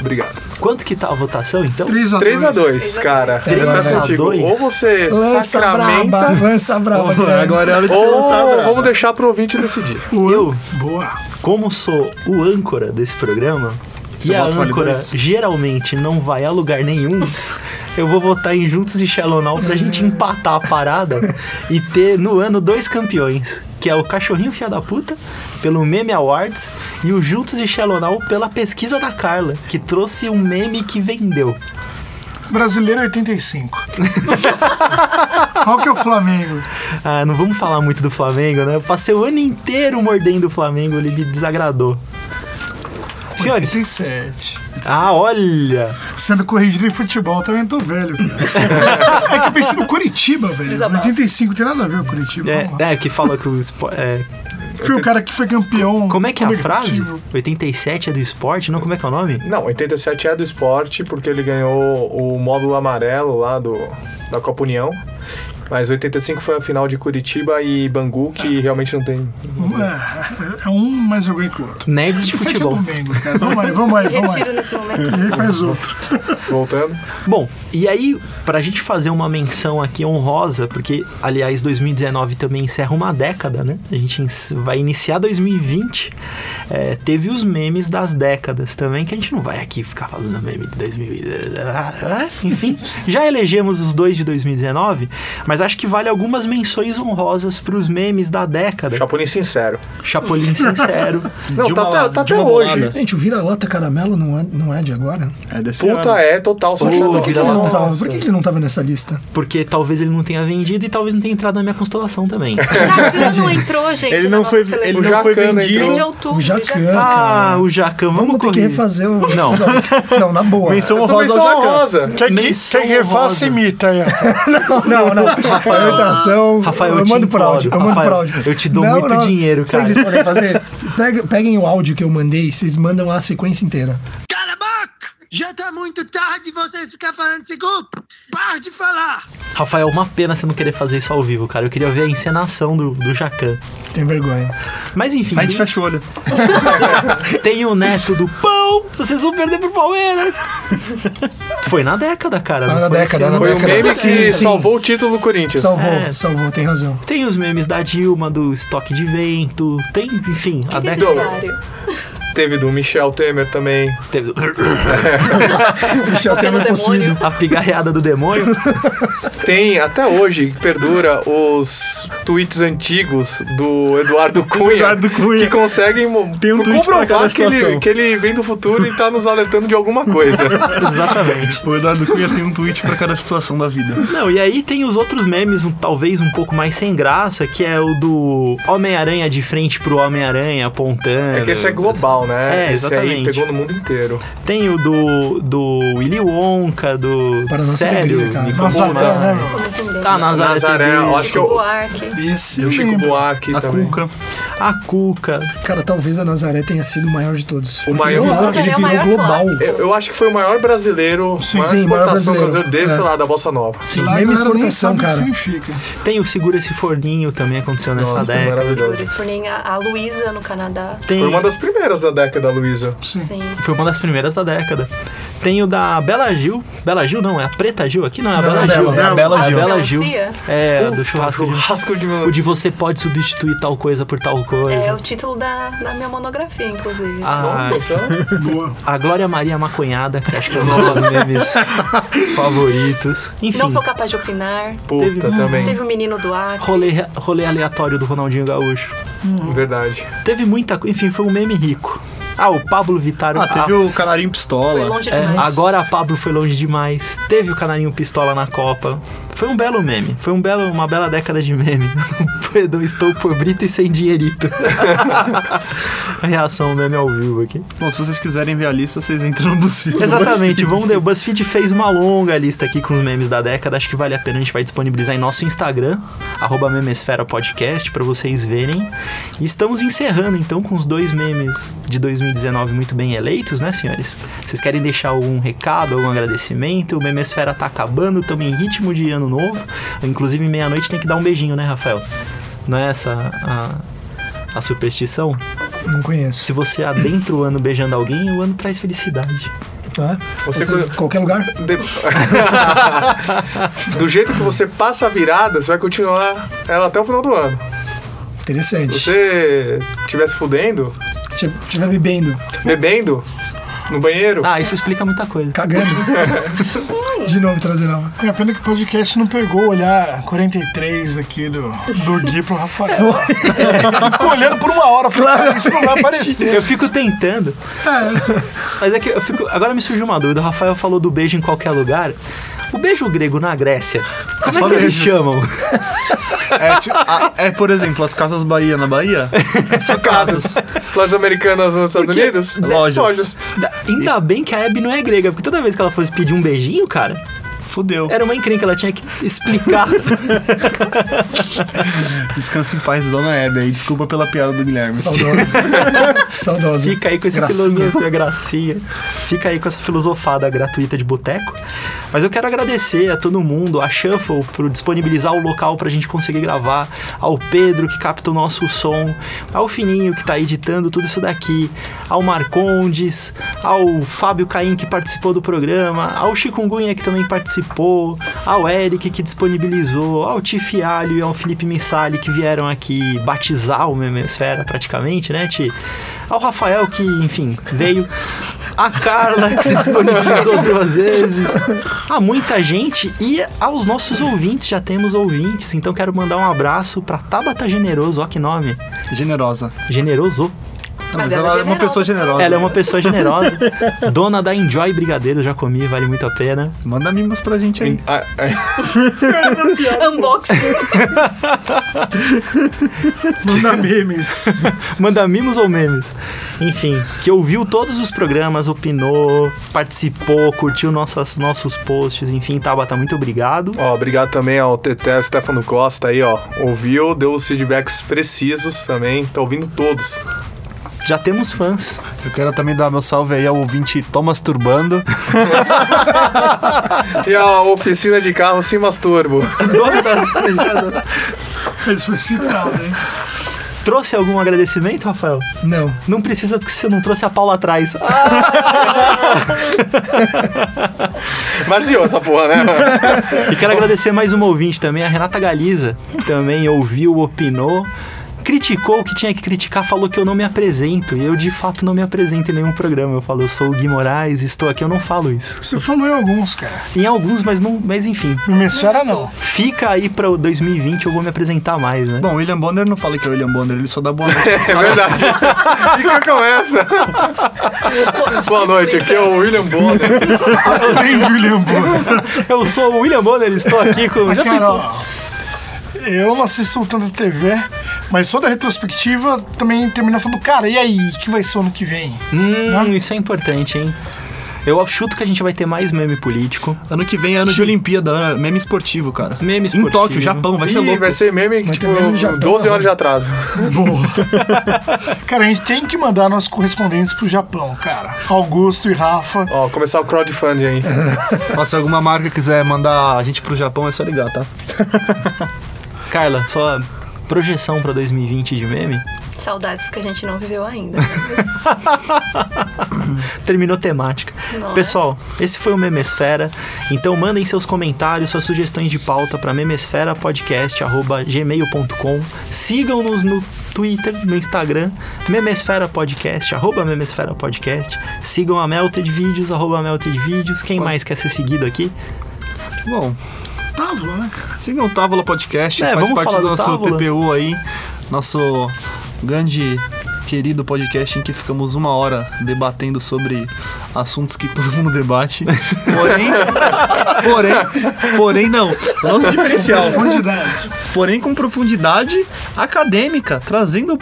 [SPEAKER 6] Obrigado.
[SPEAKER 4] Quanto que tá a votação, então?
[SPEAKER 6] 3 a 3 a 2, 2, cara.
[SPEAKER 4] Três
[SPEAKER 6] Ele tá
[SPEAKER 4] a
[SPEAKER 6] contigo.
[SPEAKER 4] dois?
[SPEAKER 6] Ou você
[SPEAKER 14] Lança
[SPEAKER 6] sacramenta.
[SPEAKER 14] braba, lança braba. Guilherme.
[SPEAKER 8] é
[SPEAKER 6] Ou Vamos deixar pro ouvinte decidir.
[SPEAKER 4] Eu,
[SPEAKER 14] Boa.
[SPEAKER 4] como sou o âncora desse programa,
[SPEAKER 6] Você
[SPEAKER 4] e a
[SPEAKER 6] vota pro
[SPEAKER 4] âncora
[SPEAKER 6] Liberais?
[SPEAKER 4] geralmente não vai a lugar nenhum, eu vou votar em Juntos e Shallow Now pra gente empatar a parada e ter no ano dois campeões, que é o Cachorrinho Fia da Puta, pelo Meme Awards, e o Juntos e Shallow Now pela pesquisa da Carla, que trouxe um meme que vendeu.
[SPEAKER 7] Brasileiro 85. Qual que é o Flamengo?
[SPEAKER 4] Ah, não vamos falar muito do Flamengo, né? Eu passei o ano inteiro mordendo o Flamengo, ele me desagradou. Senhores.
[SPEAKER 7] 87.
[SPEAKER 4] Ah, olha!
[SPEAKER 7] Sendo corrigido em futebol, também tô velho, cara. é que eu pensei no Curitiba, velho. 85 tem nada a ver com Curitiba.
[SPEAKER 4] É,
[SPEAKER 7] vamos lá.
[SPEAKER 4] é, que fala que o espo- é,
[SPEAKER 7] Foi o cara que foi campeão.
[SPEAKER 4] Como é que é a
[SPEAKER 7] coletivo.
[SPEAKER 4] frase? 87 é do esporte? Não, como é que é o nome?
[SPEAKER 6] Não, 87 é do esporte, porque ele ganhou o módulo amarelo lá do, da Copa União. Mas 85 foi a final de Curitiba e Bangu, que realmente não tem.
[SPEAKER 7] Um- É, é um mais alguém que o outro.
[SPEAKER 4] Nerds de
[SPEAKER 7] 87
[SPEAKER 4] futebol.
[SPEAKER 7] É domingo, cara. Vamos aí, vamos aí, vamos aí.
[SPEAKER 2] Retiro nesse momento.
[SPEAKER 7] E aí faz outro.
[SPEAKER 6] Voltando.
[SPEAKER 4] Bom, e aí, pra gente fazer uma menção aqui honrosa, porque, aliás, 2019 também encerra uma década, né? A gente ins- vai iniciar 2020. É, teve os memes das décadas também, que a gente não vai aqui ficar falando meme de 2020. Ah, ah, Enfim, já elegemos os dois de 2019, mas acho que vale algumas menções honrosas pros memes da década.
[SPEAKER 6] Chapolin sincero.
[SPEAKER 4] Chapolin sincero.
[SPEAKER 6] Não, tá até- tá até hoje.
[SPEAKER 14] Gente, o vira-lata caramelo não é, não é de agora?
[SPEAKER 8] É desse
[SPEAKER 6] Puta,
[SPEAKER 4] ano.
[SPEAKER 6] é total. Só
[SPEAKER 4] Puta,
[SPEAKER 6] chato.
[SPEAKER 14] Por que, que ele não
[SPEAKER 4] Nossa.
[SPEAKER 14] tava, por que que ele não tava nessa lista?
[SPEAKER 4] Porque talvez ele não tenha vendido e talvez não tenha entrado na minha constelação também.
[SPEAKER 2] Ele não entrou, gente.
[SPEAKER 4] Ele
[SPEAKER 2] na
[SPEAKER 4] não
[SPEAKER 2] nossa
[SPEAKER 4] foi-
[SPEAKER 2] seleção.
[SPEAKER 4] ele não foi vendido.
[SPEAKER 2] Ele é de outubro.
[SPEAKER 14] O Jacan,
[SPEAKER 4] Ah, o Jacan, vamos,
[SPEAKER 14] Vamos ter que
[SPEAKER 4] correr.
[SPEAKER 14] refazer o.
[SPEAKER 4] Não.
[SPEAKER 14] Não, na boa.
[SPEAKER 4] Menção
[SPEAKER 14] Essa
[SPEAKER 4] honrosa ao
[SPEAKER 14] menção
[SPEAKER 4] Jacan.
[SPEAKER 14] honrosa.
[SPEAKER 4] Quer que- Menção quer que honrosa. refaça,
[SPEAKER 7] imita aí,
[SPEAKER 14] Não, não, não. Rafael, imitação.
[SPEAKER 4] Rafael, eu
[SPEAKER 14] eu
[SPEAKER 4] te
[SPEAKER 14] mando por
[SPEAKER 4] imploro,
[SPEAKER 14] áudio. Eu mando por
[SPEAKER 4] Rafael,
[SPEAKER 14] áudio.
[SPEAKER 4] eu te dou muito dinheiro,
[SPEAKER 14] Sabe o que
[SPEAKER 4] cara.
[SPEAKER 14] vocês podem fazer? Pega- Peguem o áudio que eu mandei, vocês mandam a sequência inteira.
[SPEAKER 5] Já tá muito tarde vocês ficar falando desse grupo. Para de falar.
[SPEAKER 4] Rafael, uma pena você não querer fazer isso ao vivo, cara. Eu queria ver a encenação do, do Jacan.
[SPEAKER 14] Tem vergonha.
[SPEAKER 4] Mas enfim.
[SPEAKER 8] A gente fecha o olho.
[SPEAKER 4] Tem o neto do pão, vocês vão perder pro Palmeiras. Foi na década, cara.
[SPEAKER 14] Ah,
[SPEAKER 4] não
[SPEAKER 14] na
[SPEAKER 4] foi
[SPEAKER 14] década,
[SPEAKER 4] esse ano.
[SPEAKER 14] na Foi o década. meme que salvou
[SPEAKER 6] o título do Corinthians.
[SPEAKER 14] Salvou,
[SPEAKER 4] É.
[SPEAKER 14] salvou, tem razão.
[SPEAKER 4] Tem os memes da Dilma, do estoque de vento. Tem, enfim,
[SPEAKER 2] é
[SPEAKER 4] a década.
[SPEAKER 6] Teve do Michel Temer também.
[SPEAKER 4] Teve.
[SPEAKER 14] Michel
[SPEAKER 6] Temer possuído.
[SPEAKER 4] A pigarreada do demônio.
[SPEAKER 6] Tem, até hoje, perdura os tweets antigos do Eduardo Cunha. Eduardo Cunha. Que conseguem mo-
[SPEAKER 8] um tweet pra
[SPEAKER 6] comprovar
[SPEAKER 8] cada
[SPEAKER 6] que ele,
[SPEAKER 8] situação.
[SPEAKER 6] que ele vem do futuro e tá nos alertando de alguma coisa.
[SPEAKER 8] O Eduardo Cunha tem um tweet pra cada situação da vida.
[SPEAKER 4] Não, e aí tem os outros memes, um- talvez um pouco mais sem graça, que é o do Homem-Aranha de frente pro Homem-Aranha apontando.
[SPEAKER 6] É que esse é global, né?
[SPEAKER 4] É,
[SPEAKER 6] esse aí
[SPEAKER 4] exatamente.
[SPEAKER 6] pegou no mundo inteiro.
[SPEAKER 4] Tem o do, do Willy Wonka, do.
[SPEAKER 6] Para nossa
[SPEAKER 4] Sério?
[SPEAKER 6] alegria, cara.
[SPEAKER 4] me
[SPEAKER 6] Nazaré,
[SPEAKER 7] tá,
[SPEAKER 4] incomoda.
[SPEAKER 6] né,
[SPEAKER 4] Ah, Nazaré.
[SPEAKER 6] Nazaré,
[SPEAKER 4] tem
[SPEAKER 6] eu acho que eu-
[SPEAKER 7] Esse
[SPEAKER 6] o Chico Buarque
[SPEAKER 4] A
[SPEAKER 6] também.
[SPEAKER 4] Cuca. A Cuca.
[SPEAKER 14] Cara, talvez a Nazaré tenha sido o maior de todos.
[SPEAKER 6] O
[SPEAKER 14] Porque
[SPEAKER 8] um
[SPEAKER 6] maior-
[SPEAKER 14] ele
[SPEAKER 2] é
[SPEAKER 14] virou- Ele virou global.
[SPEAKER 6] Eu, eu acho que foi o maior brasileiro,
[SPEAKER 14] Sim,
[SPEAKER 6] maior
[SPEAKER 14] sim, maior
[SPEAKER 6] exportação
[SPEAKER 14] brasileiro.
[SPEAKER 6] brasileira desde,
[SPEAKER 14] É.
[SPEAKER 6] sei lá, da Bossa Nova.
[SPEAKER 4] Sim,
[SPEAKER 7] Lá a
[SPEAKER 4] meme
[SPEAKER 7] galera nem
[SPEAKER 4] exportação,
[SPEAKER 7] sabe o que
[SPEAKER 4] cara.
[SPEAKER 7] significa.
[SPEAKER 4] Tem o Segura Esse Forninho também aconteceu nessa
[SPEAKER 6] Nossa, foi
[SPEAKER 4] década.
[SPEAKER 6] maravilhoso.
[SPEAKER 2] Eles fornem a, a Luísa no Canadá.
[SPEAKER 4] Tem-
[SPEAKER 6] Foi uma das primeiras da década, Luísa.
[SPEAKER 2] Sim.
[SPEAKER 4] Foi uma das primeiras da década. Tem o da Bela Gil. Bela Gil não, é a Preta Gil aqui? Não, é a
[SPEAKER 14] Não,
[SPEAKER 4] Bela
[SPEAKER 14] é a
[SPEAKER 4] Gil.
[SPEAKER 14] Bela,
[SPEAKER 4] é a Bela Gil.
[SPEAKER 14] a
[SPEAKER 4] Bela
[SPEAKER 14] Bela
[SPEAKER 4] Gil.
[SPEAKER 2] Melancia?
[SPEAKER 4] É, a do churrasco,
[SPEAKER 6] de,
[SPEAKER 4] O de você pode substituir tal coisa por tal
[SPEAKER 2] É
[SPEAKER 4] coisa.
[SPEAKER 2] o título da, da minha monografia, inclusive.
[SPEAKER 4] A,
[SPEAKER 6] é
[SPEAKER 4] a Glória Maria Maconhada, que acho que é um dos memes favoritos. Enfim.
[SPEAKER 2] Não sou capaz de opinar.
[SPEAKER 6] Puta,
[SPEAKER 4] Teve- também.
[SPEAKER 2] Teve o menino do ar.
[SPEAKER 4] Rolê, rolê aleatório do Ronaldinho Gaúcho.
[SPEAKER 6] Verdade.
[SPEAKER 4] Teve muita coisa. Enfim, foi um meme rico. Ah, o Pablo Vittar.
[SPEAKER 8] Ah, teve
[SPEAKER 4] a-
[SPEAKER 8] o Canarinho Pistola.
[SPEAKER 4] É, agora a Pablo foi longe demais. Teve o Canarinho Pistola na Copa. Foi um belo meme. Foi um belo, uma bela década de meme. Foi do Estou pobrito e sem dinheirito. A reação ao meme ao vivo aqui.
[SPEAKER 8] Bom, se vocês quiserem ver a lista, vocês entram no BuzzFeed.
[SPEAKER 4] Exatamente, vamos ver. O BuzzFeed fez uma longa lista aqui com os memes da década. Acho que vale a pena. A gente vai disponibilizar em nosso Instagram, arroba Memesfera Podcast, pra vocês verem. E estamos encerrando então com os dois memes de 2019 muito bem eleitos, né, senhores? Vocês querem deixar algum recado, algum agradecimento? O Memesfera tá acabando, estamos em ritmo de ano novo. Inclusive, meia-noite tem que dar um beijinho, né, Rafael? Não é essa a, a superstição?
[SPEAKER 14] Não conheço.
[SPEAKER 4] Se você adentra o ano beijando alguém, o ano traz felicidade.
[SPEAKER 14] Tá?
[SPEAKER 6] Você
[SPEAKER 14] Pode ser
[SPEAKER 6] co-
[SPEAKER 14] qualquer lugar?
[SPEAKER 6] Do jeito que você passa a virada, você vai continuar ela até o final do ano.
[SPEAKER 14] Interessante.
[SPEAKER 6] Se você estivesse fudendo,
[SPEAKER 14] Se Estiver bebendo,
[SPEAKER 6] bebendo, no banheiro.
[SPEAKER 4] Ah, isso explica muita coisa.
[SPEAKER 14] cagando. De novo, trazer ela.
[SPEAKER 7] É a pena que o podcast não pegou o olhar 43 aqui do, do Gui pro Rafael. Ele ficou olhando por uma hora, falando, "Cara, isso não vai aparecer.
[SPEAKER 4] Eu fico tentando. Mas é que eu fico. Agora me surgiu uma dúvida. O Rafael falou do beijo em qualquer lugar. O beijo grego na Grécia, como é que eles
[SPEAKER 8] beijo.
[SPEAKER 4] chamam?
[SPEAKER 8] É, ti- a- é, por exemplo, as Casas Bahia na Bahia. São casas.
[SPEAKER 6] Lojas americanas nos Estados Unidos?
[SPEAKER 8] Lojas.
[SPEAKER 4] Da- Ainda bem que a Abby não é grega, porque toda vez que ela fosse pedir um beijinho, cara.
[SPEAKER 8] Fudeu.
[SPEAKER 4] Era uma encrenca, ela tinha que explicar.
[SPEAKER 8] Descanse em paz, dona Hebe aí. Desculpa pela piada do Guilherme.
[SPEAKER 14] Saudosa. Saudosa.
[SPEAKER 4] Fica aí com esse
[SPEAKER 8] Gracinha.
[SPEAKER 4] filosofia gracinha. Fica aí com essa filosofada gratuita de boteco. Mas eu quero agradecer a todo mundo, a Shuffle, por disponibilizar o local pra gente conseguir gravar, ao Pedro, que capta o nosso som, ao Fininho, que tá editando tudo isso daqui, ao Marcondes, ao Fábio Caim, que participou do programa, ao Chikungunya, que também participou, ao Eric, que disponibilizou, ao Tiff Alho e ao Felipe Missali, que vieram aqui batizar o Memesfera praticamente, né, Ti? Ao Rafael, que, enfim, veio. A Carla, que se disponibilizou duas vezes. A muita gente e aos nossos ouvintes, já temos ouvintes. Então quero mandar um abraço pra Tabata Generoso, ó que nome.
[SPEAKER 8] Generosa.
[SPEAKER 4] Generoso.
[SPEAKER 8] Mas Mas ela ela é é uma pessoa generosa.
[SPEAKER 4] Ela é uma pessoa generosa. Dona da Enjoy Brigadeiro, já comi, vale muito a pena.
[SPEAKER 8] Manda mimos pra gente aí.
[SPEAKER 6] Ah, é.
[SPEAKER 2] Unboxing.
[SPEAKER 4] Manda memes. Manda mimos ou memes? Enfim, que ouviu todos os programas, opinou, participou, curtiu nossas, nossos posts, enfim, Tabata, muito obrigado.
[SPEAKER 6] Ó, obrigado também ao Teté Stefano Costa aí, ó. Ouviu, deu os feedbacks precisos também. Tá ouvindo todos.
[SPEAKER 4] Já temos fãs.
[SPEAKER 8] Eu quero também dar meu salve aí ao ouvinte Thomas Turbando.
[SPEAKER 6] E a oficina de carro se masturbo.
[SPEAKER 7] Isso foi citado, hein?
[SPEAKER 4] Trouxe algum agradecimento, Rafael?
[SPEAKER 14] Não.
[SPEAKER 4] Não precisa, porque você não trouxe a Paula atrás.
[SPEAKER 6] Marziou essa porra, né?
[SPEAKER 4] E quero agradecer mais uma ouvinte também, a Renata Galiza. Também ouviu, opinou, criticou o que tinha que criticar, falou que eu não me apresento. E eu, de fato, não me apresento em nenhum programa. Eu falo, eu sou o Gui Moraes, estou aqui, eu não falo isso.
[SPEAKER 7] Você falou em alguns, cara.
[SPEAKER 4] Em alguns, mas não. Mas enfim.
[SPEAKER 7] Não menciona, não.
[SPEAKER 4] Fica aí pra o 2020, eu vou me apresentar mais, né?
[SPEAKER 8] Bom, o William Bonner não fala que é o William Bonner, ele só dá boa noite.
[SPEAKER 6] É verdade. E que começa. Boa noite, aqui é o William Bonner.
[SPEAKER 7] Além de William Bonner.
[SPEAKER 4] Eu sou o William Bonner, estou aqui com.
[SPEAKER 7] Ah,
[SPEAKER 4] Já
[SPEAKER 7] cara,
[SPEAKER 4] pensou?
[SPEAKER 7] ó, eu não assisto tanto TV, mas sou da retrospectiva, também termina falando, cara, e aí, o que vai ser o ano que vem?
[SPEAKER 4] Hum, isso é importante, hein? Eu chuto que a gente vai ter mais meme político.
[SPEAKER 8] Ano que vem é ano de Olimpíada, meme esportivo, cara.
[SPEAKER 4] Meme
[SPEAKER 8] Em Tóquio, Japão, vai ser
[SPEAKER 6] Ih,
[SPEAKER 8] louco.
[SPEAKER 6] Vai ser meme, tipo, 12 horas de atraso.
[SPEAKER 7] Cara, a gente tem que mandar nossos correspondentes pro Japão, cara. Augusto e Rafa.
[SPEAKER 6] Ó, começar o crowdfunding aí.
[SPEAKER 8] Ó, se alguma marca quiser mandar a gente pro Japão, é só ligar, tá?
[SPEAKER 4] Carla, sua projeção pra 2020 de meme?
[SPEAKER 2] Saudades que a gente não viveu ainda.
[SPEAKER 4] Terminou temática.
[SPEAKER 2] Não é?
[SPEAKER 4] Pessoal, esse foi o Memesfera. Então mandem seus comentários, suas sugestões de pauta para memesferapodcast.gmail.com. Sigam-nos no Twitter, no Instagram, memesferapodcast, arroba memesferapodcast. Sigam a Melted Vídeos, arroba Melted Vídeos. Quem mais quer ser seguido aqui?
[SPEAKER 8] Bom,
[SPEAKER 7] Távola, né, cara?
[SPEAKER 8] Sigam o Távola Podcast,
[SPEAKER 4] É,
[SPEAKER 8] faz
[SPEAKER 4] vamos
[SPEAKER 8] parte
[SPEAKER 4] falar
[SPEAKER 8] do
[SPEAKER 4] do
[SPEAKER 8] nosso
[SPEAKER 4] Távola?
[SPEAKER 8] TPU aí, nosso grande querido podcast em que ficamos uma hora debatendo sobre assuntos que todo mundo debate. Porém, porém, porém não. O nosso diferencial.
[SPEAKER 7] Profundidade.
[SPEAKER 8] Porém, com profundidade acadêmica, trazendo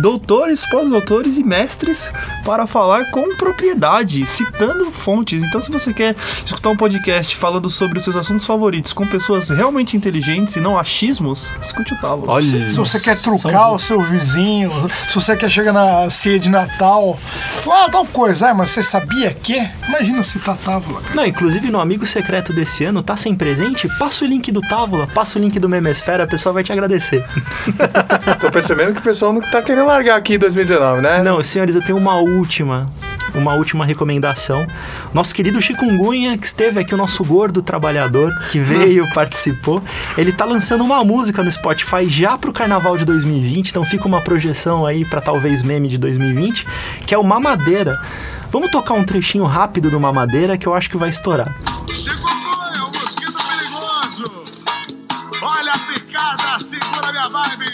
[SPEAKER 8] doutores, pós-doutores e mestres para falar com propriedade, citando fontes. Então, se você quer escutar um podcast falando sobre os seus assuntos favoritos com pessoas realmente inteligentes e não achismos, escute o Talos.
[SPEAKER 7] se você quer trucar o seu vizinho, se você quer chegar na ceia de Natal, falar ah, tal coisa, ah, mas você sabia que? Imagina se tá tratava lá.
[SPEAKER 4] Não, inclusive no Amigo Secreto desse ano, tá sem presente? Passa o link do Távola, passa o link do Memesfera, a pessoa vai te agradecer.
[SPEAKER 6] Tô percebendo que o pessoal não tá querendo largar aqui em 2019, né?
[SPEAKER 4] Não, senhores, eu tenho uma última, uma última recomendação. Nosso querido Chikungunya, que esteve aqui, o nosso gordo trabalhador, que veio, participou, ele tá lançando uma música no Spotify já pro carnaval de 2020, então fica uma projeção aí pra talvez meme de 2020, que é o Mamadeira. Vamos tocar um trechinho rápido do Mamadeira que eu acho que vai estourar.
[SPEAKER 20] Chikungunya, o mosquito perigoso. Olha a picada, segura minha vibe.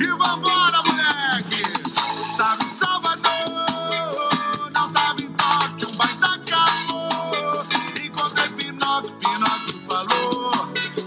[SPEAKER 20] E vambora, moleque. Tava em Salvador, não tava em Tóquio, um baita calor. Encontrei Pinóquio, Pinóquio falou.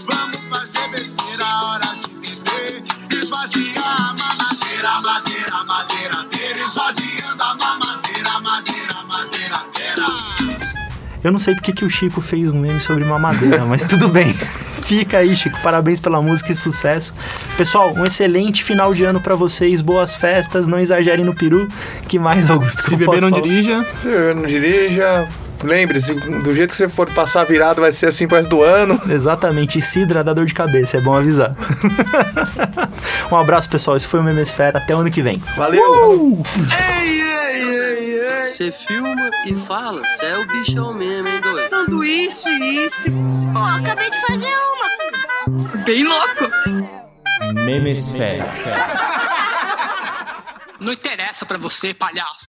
[SPEAKER 20] Vamos fazer besteira, é hora de beber. Esvaziar a mamadeira, madeira, madeira, madeira. Esvaziando a mamadeira, madeira, madeira, madeira.
[SPEAKER 4] Eu não sei porque que o Chico fez um meme sobre mamadeira, mas tudo bem. Fica aí, Chico. Parabéns pela música e sucesso. Pessoal, um excelente final de ano pra vocês. Boas festas. Não exagerem no peru. Que mais, Augusto?
[SPEAKER 6] Se beber, não
[SPEAKER 8] dirija.
[SPEAKER 6] Se beber, não dirija. Lembre-se, do jeito que você for passar virado, vai ser assim pro resto do ano.
[SPEAKER 4] Exatamente. E Sidra dá dor de cabeça. É bom avisar. um abraço, pessoal. Esse foi o Memesfera. Até o ano que vem.
[SPEAKER 6] Valeu!
[SPEAKER 1] Ei, ei, ei, ei. Você filma e fala, cê é o bichão mesmo, hein, doido?
[SPEAKER 15] Sanduíche, isso. Ó, acabei de fazer uma. Bem louco.
[SPEAKER 21] Memesfera.
[SPEAKER 19] Não interessa pra você, palhaço.